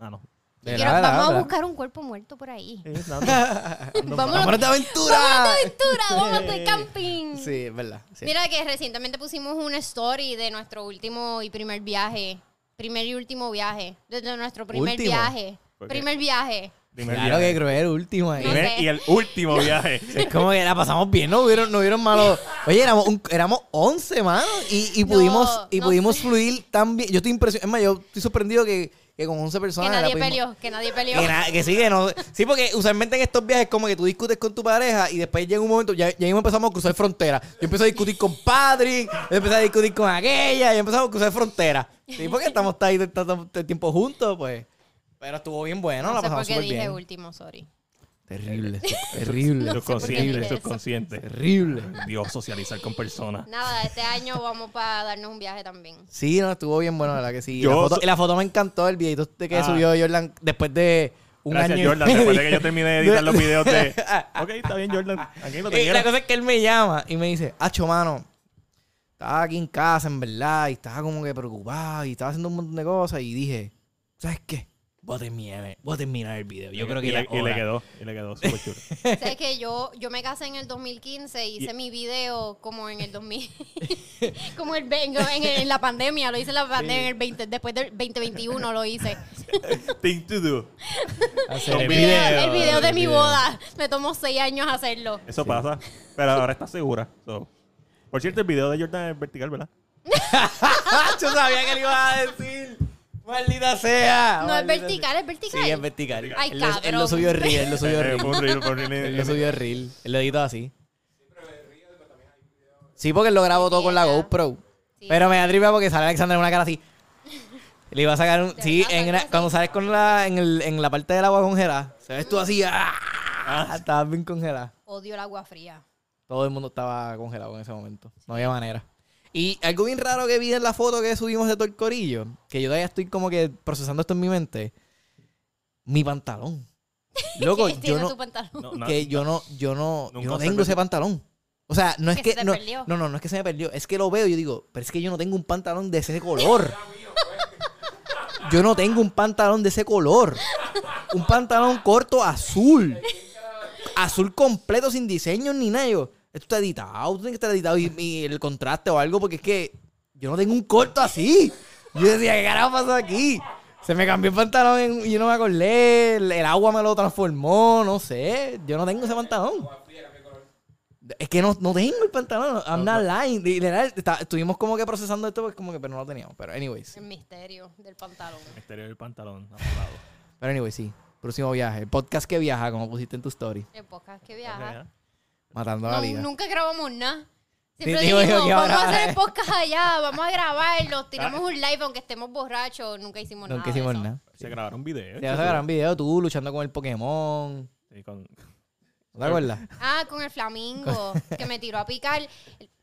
B: Ah, no.
A: De
C: Quiero-
A: nada,
C: vamos
A: nada.
C: a buscar un cuerpo muerto por ahí.
B: Eh, no, no.
C: Vámonos.
A: ¡Vámonos de aventura!
C: ¡Aventura! ¡Vamos de camping!
A: Sí, es verdad. sí.
C: Mira que recientemente pusimos una story de nuestro último y primer viaje. Primer y último viaje. Desde nuestro primer
A: Último.
C: viaje.
B: ¿Por qué?
C: Primer viaje.
B: Primer
A: Claro que
B: viaje.
A: cruel, último ahí.
C: No
B: Primer
C: sé.
B: y el último viaje.
A: Es como que la pasamos bien, no hubieron, no hubieron malos. Oye, éramos, un- éramos 11, mano. Y, y
C: No,
A: pudimos, y
C: no
A: pudimos
C: sé.
A: fluir tan bien. Yo estoy impresionado. Es más, yo estoy sorprendido que, que con 11
C: Que
A: personas.
C: nadie
A: la pudimos-
C: peleó, que nadie peleó.
A: Que, na- que sí, que no. Sí, porque usualmente en estos viajes, como que tú discutes con tu pareja y después llega un momento, ya, ya mismo empezamos a cruzar fronteras. Yo empecé a discutir con Patrick, yo empecé a discutir con aquella, y empezamos a cruzar fronteras. Sí, porque estamos ahí tanto tiempo juntos, pues. Pero estuvo bien bueno,
C: No
A: la
C: sé por
A: pasamos
C: qué
A: súper
C: dije
A: bien.
C: último, sorry.
A: Terrible, terrible,
C: No sé por qué
B: subconsciente,
C: dije eso.
B: subconsciente.
A: terrible.
B: Dios, socializar con personas.
C: Nada, este año vamos para darnos un viaje también.
A: Sí, no, estuvo bien bueno, la verdad que sí. Y
B: Yo
A: la, foto,
B: so-
A: y la foto me encantó, el videito de que
B: Ah.
A: subió Jordan después de un
B: Gracias,
A: año. y
B: Jordan. Recuerda
A: medio.
B: que yo terminé de editar los videos de. Ok, está bien, Jordan. Aquí lo
A: Y
B: tenía.
A: Eh, la cosa es que él me llama y me dice, Acho, mano, estaba aquí en casa, en verdad, y estaba como que preocupado y estaba haciendo un montón de cosas. Y dije, ¿sabes qué? Voy a terminar, voy a terminar el video. Yo creo que
B: y,
A: ya
B: le,
A: es
B: y le
A: hora".
B: quedó, y le quedó súper chulo.
C: Sabes que yo, yo me casé en el 2015 y hice mi video como en el 2000. como el, ve- en, en- en la pandemia, lo hice en la pandemia, en el 20, después del 2021 lo hice.
B: Thing to do.
A: Hacer
B: Un
C: El
A: el
C: video,
A: video,
C: el video de
A: el
C: mi
A: video.
C: boda. Me tomó seis años hacerlo.
B: Eso pasa. Pero ahora está segura. so. Por cierto, el video de Jordan es vertical, ¿verdad?
A: Yo sabía que le iba a decir. Maldita sea.
C: No es
A: maldita
C: vertical,
A: sea.
C: es vertical.
A: Ah, Sí, es vertical.
C: Ay,
A: él, lo, él
C: cabrón.
A: lo subió reel, él lo subió
B: Eh,
A: reel.
B: fue un reel, fue un reel.
A: Él lo subió a reel. Él lo editó así. Sí, porque él lo grabó todo con la
C: Sí, ya.
A: GoPro.
C: Sí.
A: Pero me da tripa porque sale Alexander en una cara así. Le iba a sacar un...
C: Le
A: Sí,
C: iba a
A: en
C: sacar
A: una-
C: así.
A: cuando sales con la, en, el, en la parte del agua congelada, se ves tú así... ¡ah! Estabas bien congelada.
C: Odio el agua fría.
A: Todo el mundo estaba congelado en ese momento. No había manera. Y algo bien raro que vi en la foto que subimos de todo el corillo, que yo todavía estoy como que procesando esto en mi mente, mi pantalón. Loco,
C: ¿Qué
A: yo
C: tiene
A: no,
C: tu pantalón?
B: No, no,
A: que yo no, yo no,
B: Nunca
A: yo no
B: se
A: tengo
B: perdió.
A: ese pantalón. O sea, no es
C: Que
A: que.
C: se te
A: no,
C: perdió.
A: no, no, no es que se me perdió. Es que lo veo y yo digo, pero es que yo no tengo un pantalón de ese color. Yo no tengo un pantalón de ese color. Un pantalón corto azul. Azul completo, sin diseño ni nada. Yo, esto está editado, esto tiene que estar editado y, y el contraste o algo, porque es que yo no tengo un corto así. Yo decía, ¿qué carajo pasó aquí? Se me cambió el pantalón en- y yo no me acordé. El, el agua me lo transformó, no sé. Yo no tengo ese pantalón. Es que no, no tengo el pantalón. I'm
B: No,
A: not lying. Literal, está- estuvimos como que procesando esto, porque como que, pero no lo teníamos. Pero anyways.
C: El misterio del pantalón.
B: Exterior del pantalón, apurado.
A: Pero anyways, sí. Próximo viaje. El podcast que viaja, como pusiste en tu story.
C: En podcast que viaja.
A: Matando a la
C: No,
A: liga.
C: nunca grabamos nada. Siempre
A: Digo yo
C: dijimos,
A: que
C: vamos
A: ahora- Ah.
C: a hacer el podcast allá, vamos a grabarlo, tiramos un live aunque estemos borrachos, nunca hicimos nada.
A: Nunca
C: de
A: hicimos
C: eso.
A: nada.
B: Se grabaron videos.
A: Ya se grabaron video tú luchando con el Pokémon.
B: Sí, con-
A: ¿No te acuerdas?
C: Ah, con el flamingo, que me tiró a picar.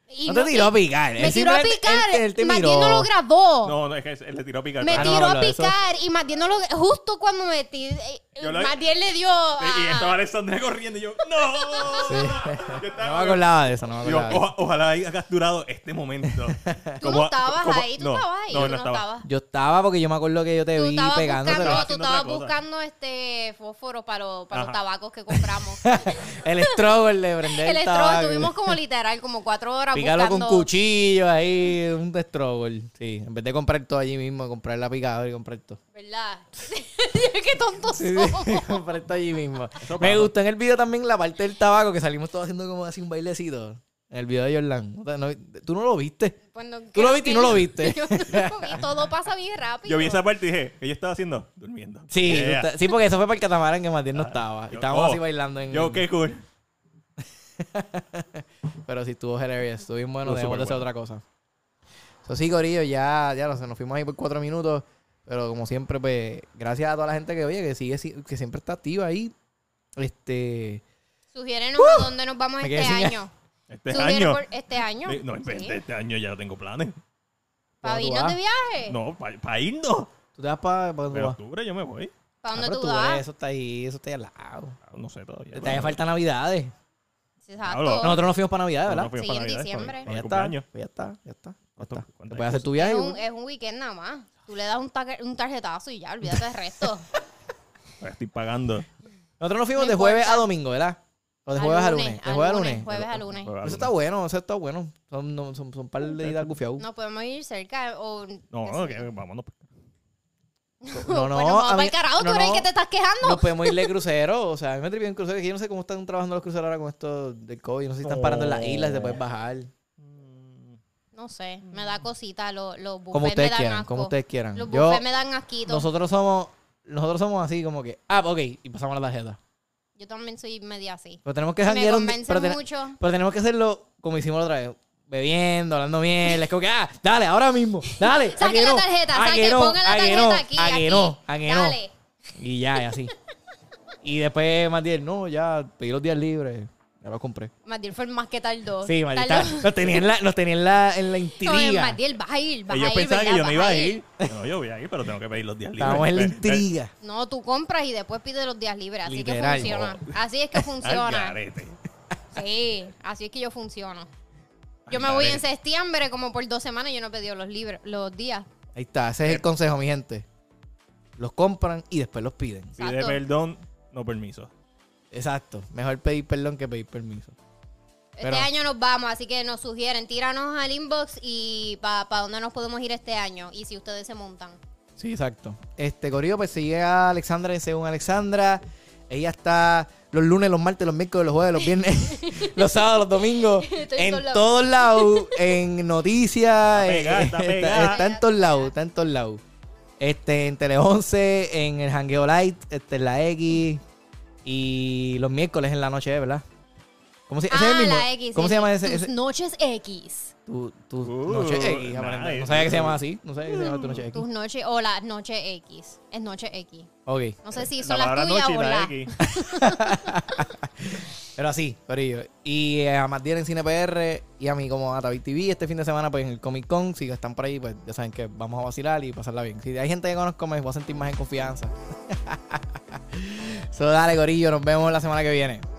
C: Y
A: No te tiró a picar.
C: Me
A: él
C: tiró a
A: simplemente-
C: picar.
A: él- él te
C: Matié
A: miró.
C: no lo grabó.
B: No, no, es que él le tiró a picar.
C: Oh. Me
A: Ah, no,
C: tiró a
A: habla de eso.
C: picar y Matié no lo Justo cuando me tiró.
B: Yo lo-
C: Matié le dio.
B: Y, y
C: a-
B: estaba Alessandra corriendo y yo, ¡No!
A: Sí.
B: Yo
A: No
B: estaba-
A: me acordaba de eso, no me
B: Digo,
A: acordaba. de eso.
B: "Oja- ojalá haya capturado este momento.
C: Tú no estabas ahí, tú estabas ahí. tú no estabas.
A: Yo estaba porque yo me acuerdo que yo te
C: Tú
A: vi
C: estabas
A: pegándote.
C: buscando, tú
B: Haciendo otra
C: estabas
B: cosa.
C: buscando este fósforo para, lo- para los
B: Ajá.
C: tabacos que compramos.
A: El struggle de prender
C: el estrobo,
A: tabaco.
C: estuvimos como literal, como cuatro horas
A: Picarlo con
C: buscando.
A: cuchillo ahí, un struggle. Sí, en vez de comprar todo allí mismo, comprar la picadora y comprar todo.
C: ¿Verdad? Qué tontos somos.
A: comprar todo allí mismo.
B: Eso
A: Me
B: pasa.
A: gustó en el video también la parte del tabaco que salimos todos haciendo como así un bailecito. En el video de Jordan. O sea, no- tú no lo viste.
C: Bueno,
A: Tú lo
C: creo
A: viste y
C: que
A: no lo
C: yo-
A: viste.
C: yo no lo vi, todo pasa bien rápido.
B: Yo vi esa parte y dije, ¿qué yo estaba haciendo? Durmiendo.
A: Sí, tú
B: Yeah.
A: estás- sí, porque eso fue para el catamarán que Matías no estaba.
B: Yo-
A: Estábamos
B: oh,
A: así bailando en.
B: Yo, qué cool.
A: Pero sí estuvo hilarious, estuvo bien bueno,
B: Estuvo
A: dejamos de hacer
B: superbueno.
A: otra cosa. Eso sí, Corillo, ya, ya lo sé, nos fuimos ahí por cuatro minutos. Pero como siempre, pues, gracias a toda la gente que oye, que sigue, si- que siempre está activa ahí. Este.
C: Sugiérenos a dónde nos vamos
A: ¡Uh! Me
C: este
A: quedé sin-
C: año.
B: Este
C: Sugiere
B: año.
C: por- este año.
B: No, espérate,
C: sí.
B: este año ya no tengo planes.
C: ¿Para
A: ¿Cuándo tú
C: irnos de
A: vas?
C: viaje?
B: No, para irnos.
A: ¿Tú te vas para dónde
B: En
A: vas?
B: octubre yo me voy. Ah,
A: Ah,
C: ¿Para dónde
A: pero
C: tú
A: tú ves,
C: vas?
A: Eso está ahí, eso está ahí al lado.
B: No sé todavía.
A: Te hace falta Navidades.
C: Exacto.
B: Hablo.
A: Nosotros nos fuimos para Navidades, ¿verdad?
C: Sí, en diciembre.
A: Pues ya, está,
B: cumpleaños.
A: pues ya está, ya está. Ya
B: ¿Cuánto-
A: está.
B: cuánto
A: Te
B: hay
A: puedes
B: que
A: hacer tu
C: es,
A: viaje.
C: un, es un weekend nada más. Tú le das un, taque- un tarjetazo y ya, olvídate del resto.
B: Ahora Estoy pagando.
A: Nosotros nos fuimos
C: No
A: de jueves
C: importa.
A: a domingo, ¿verdad? O de jueves a lunes. De jueves a lunes.
C: Jueves a lunes.
A: Eso está bueno, eso está bueno. Son, no, son, son par de idas gufiadas.
C: No podemos ir cerca o...
B: No, ok, vámonos.
A: No, no,
C: Bueno, pues vamos
A: a mí-
C: pa'l carajo,
A: no,
C: tú eres
A: no.
C: el que te estás quejando.
A: Nos podemos ir de crucero. O sea, a mí me tripió en crucero. que Yo no sé cómo están trabajando los cruceros ahora con esto del COVID. Yo No sé si están parando en las islas y te puedes bajar.
B: mm.
C: No sé, me da cosita, lo- los buffets
A: Como ustedes
C: me dan
A: quieran,
C: asco.
A: como ustedes quieran.
C: Los
A: Yo,
C: buffets me dan asquito.
A: nosotros somos, nosotros somos así como que, ah, ok, y pasamos la tarjeta.
C: Yo también soy media así.
A: Pero tenemos que
C: Me
A: janguear un di-
C: convencen
A: pero, ten-
C: mucho.
A: pero tenemos que hacerlo como hicimos la otra vez. Bebiendo, hablando miel, es como que, ah, dale, ahora mismo, dale. a
C: Saque
A: que
C: la
A: no,
C: tarjeta,
A: a
C: saque,
A: que no,
C: ponga la
A: a que
C: tarjeta
A: no,
C: aquí,
A: A
C: aquí.
A: que no, a que no.
C: Dale.
A: Y ya, y así. Y después Matiel, no, ya pedí los días libres. Ya los compré.
C: Matiel fue el más que tardó.
A: Sí,
C: Tardó-
A: Matiel. Los tenía en la, los tenía en la, en la
C: Oh, Oye,
A: intriga.
C: Matiel, vas a ir, vas a
B: Ellos
C: ir,
B: pensaban
C: ¿verdad?
B: que Eh, yo no
C: Vas
B: iba a ir. No, yo voy a ir, pero tengo que pedir los días libres.
A: Estábamos en la
B: Eh, eh,
A: intriga.
C: No, tú compras y después pides los días libres. Así
A: Literal.
C: que funciona. Así es que
B: al
C: funciona.
B: garete.
C: Sí, así es que yo funciono. Yo
B: Al
C: me voy en
B: garete.
C: septiembre, como por dos semanas, yo no he pedido los, libres, los días.
A: Ahí está, ese es el consejo, mi gente. Los compran y después los piden.
B: Pide
C: Exacto.
B: perdón, no permiso.
A: Exacto. Mejor pedir perdón que pedir permiso.
C: Este
A: Pero-
C: año nos vamos, así que nos sugieren, tíranos al inbox y para pa dónde nos podemos ir este año. Y si ustedes se montan.
A: Sí, exacto. Este Corillo, pues sigue a Alexandra en según Alexandra. Ella está los lunes, los martes, los miércoles, los jueves, los viernes, los sábados, los domingos.
C: Estoy en
A: en
C: todos lados.
A: todos lados. En noticias.
B: Está pegada, está
A: en-
B: pegada.
A: está en todos lados. Está en todos lados. Este, en Tele 11, en el Hangueo Light, este, en la X. Y los miércoles en la noche, ¿verdad? ¿Cómo se, ese es el
C: ah,
A: mismo?
C: la X.
A: ¿Cómo
C: sí,
A: se llama
C: sí.
A: ese?
C: Tus
A: ese-
C: noches X.
A: Tu, tu
B: Uh,
A: noche X,
B: nice.
A: aparentemente. No sabía que se llamaba así. No sabía que se llamaba tu noche X.
C: Tus noches o la noche X. Es noche X.
A: Ok.
C: No sé si
B: La
C: son las
B: palabra
C: tuyas
B: noche y
C: o las.
B: X.
A: Pero así, Corillo. Y eh, a Matiel en CinePR y a mí como Atavi TV este fin de semana, pues en el Comic Con, si están por ahí, pues ya saben que vamos a vacilar y pasarla bien. Si hay gente que conozco, me voy a sentir más en confianza. so, dale, Corillo, nos vemos la semana que viene.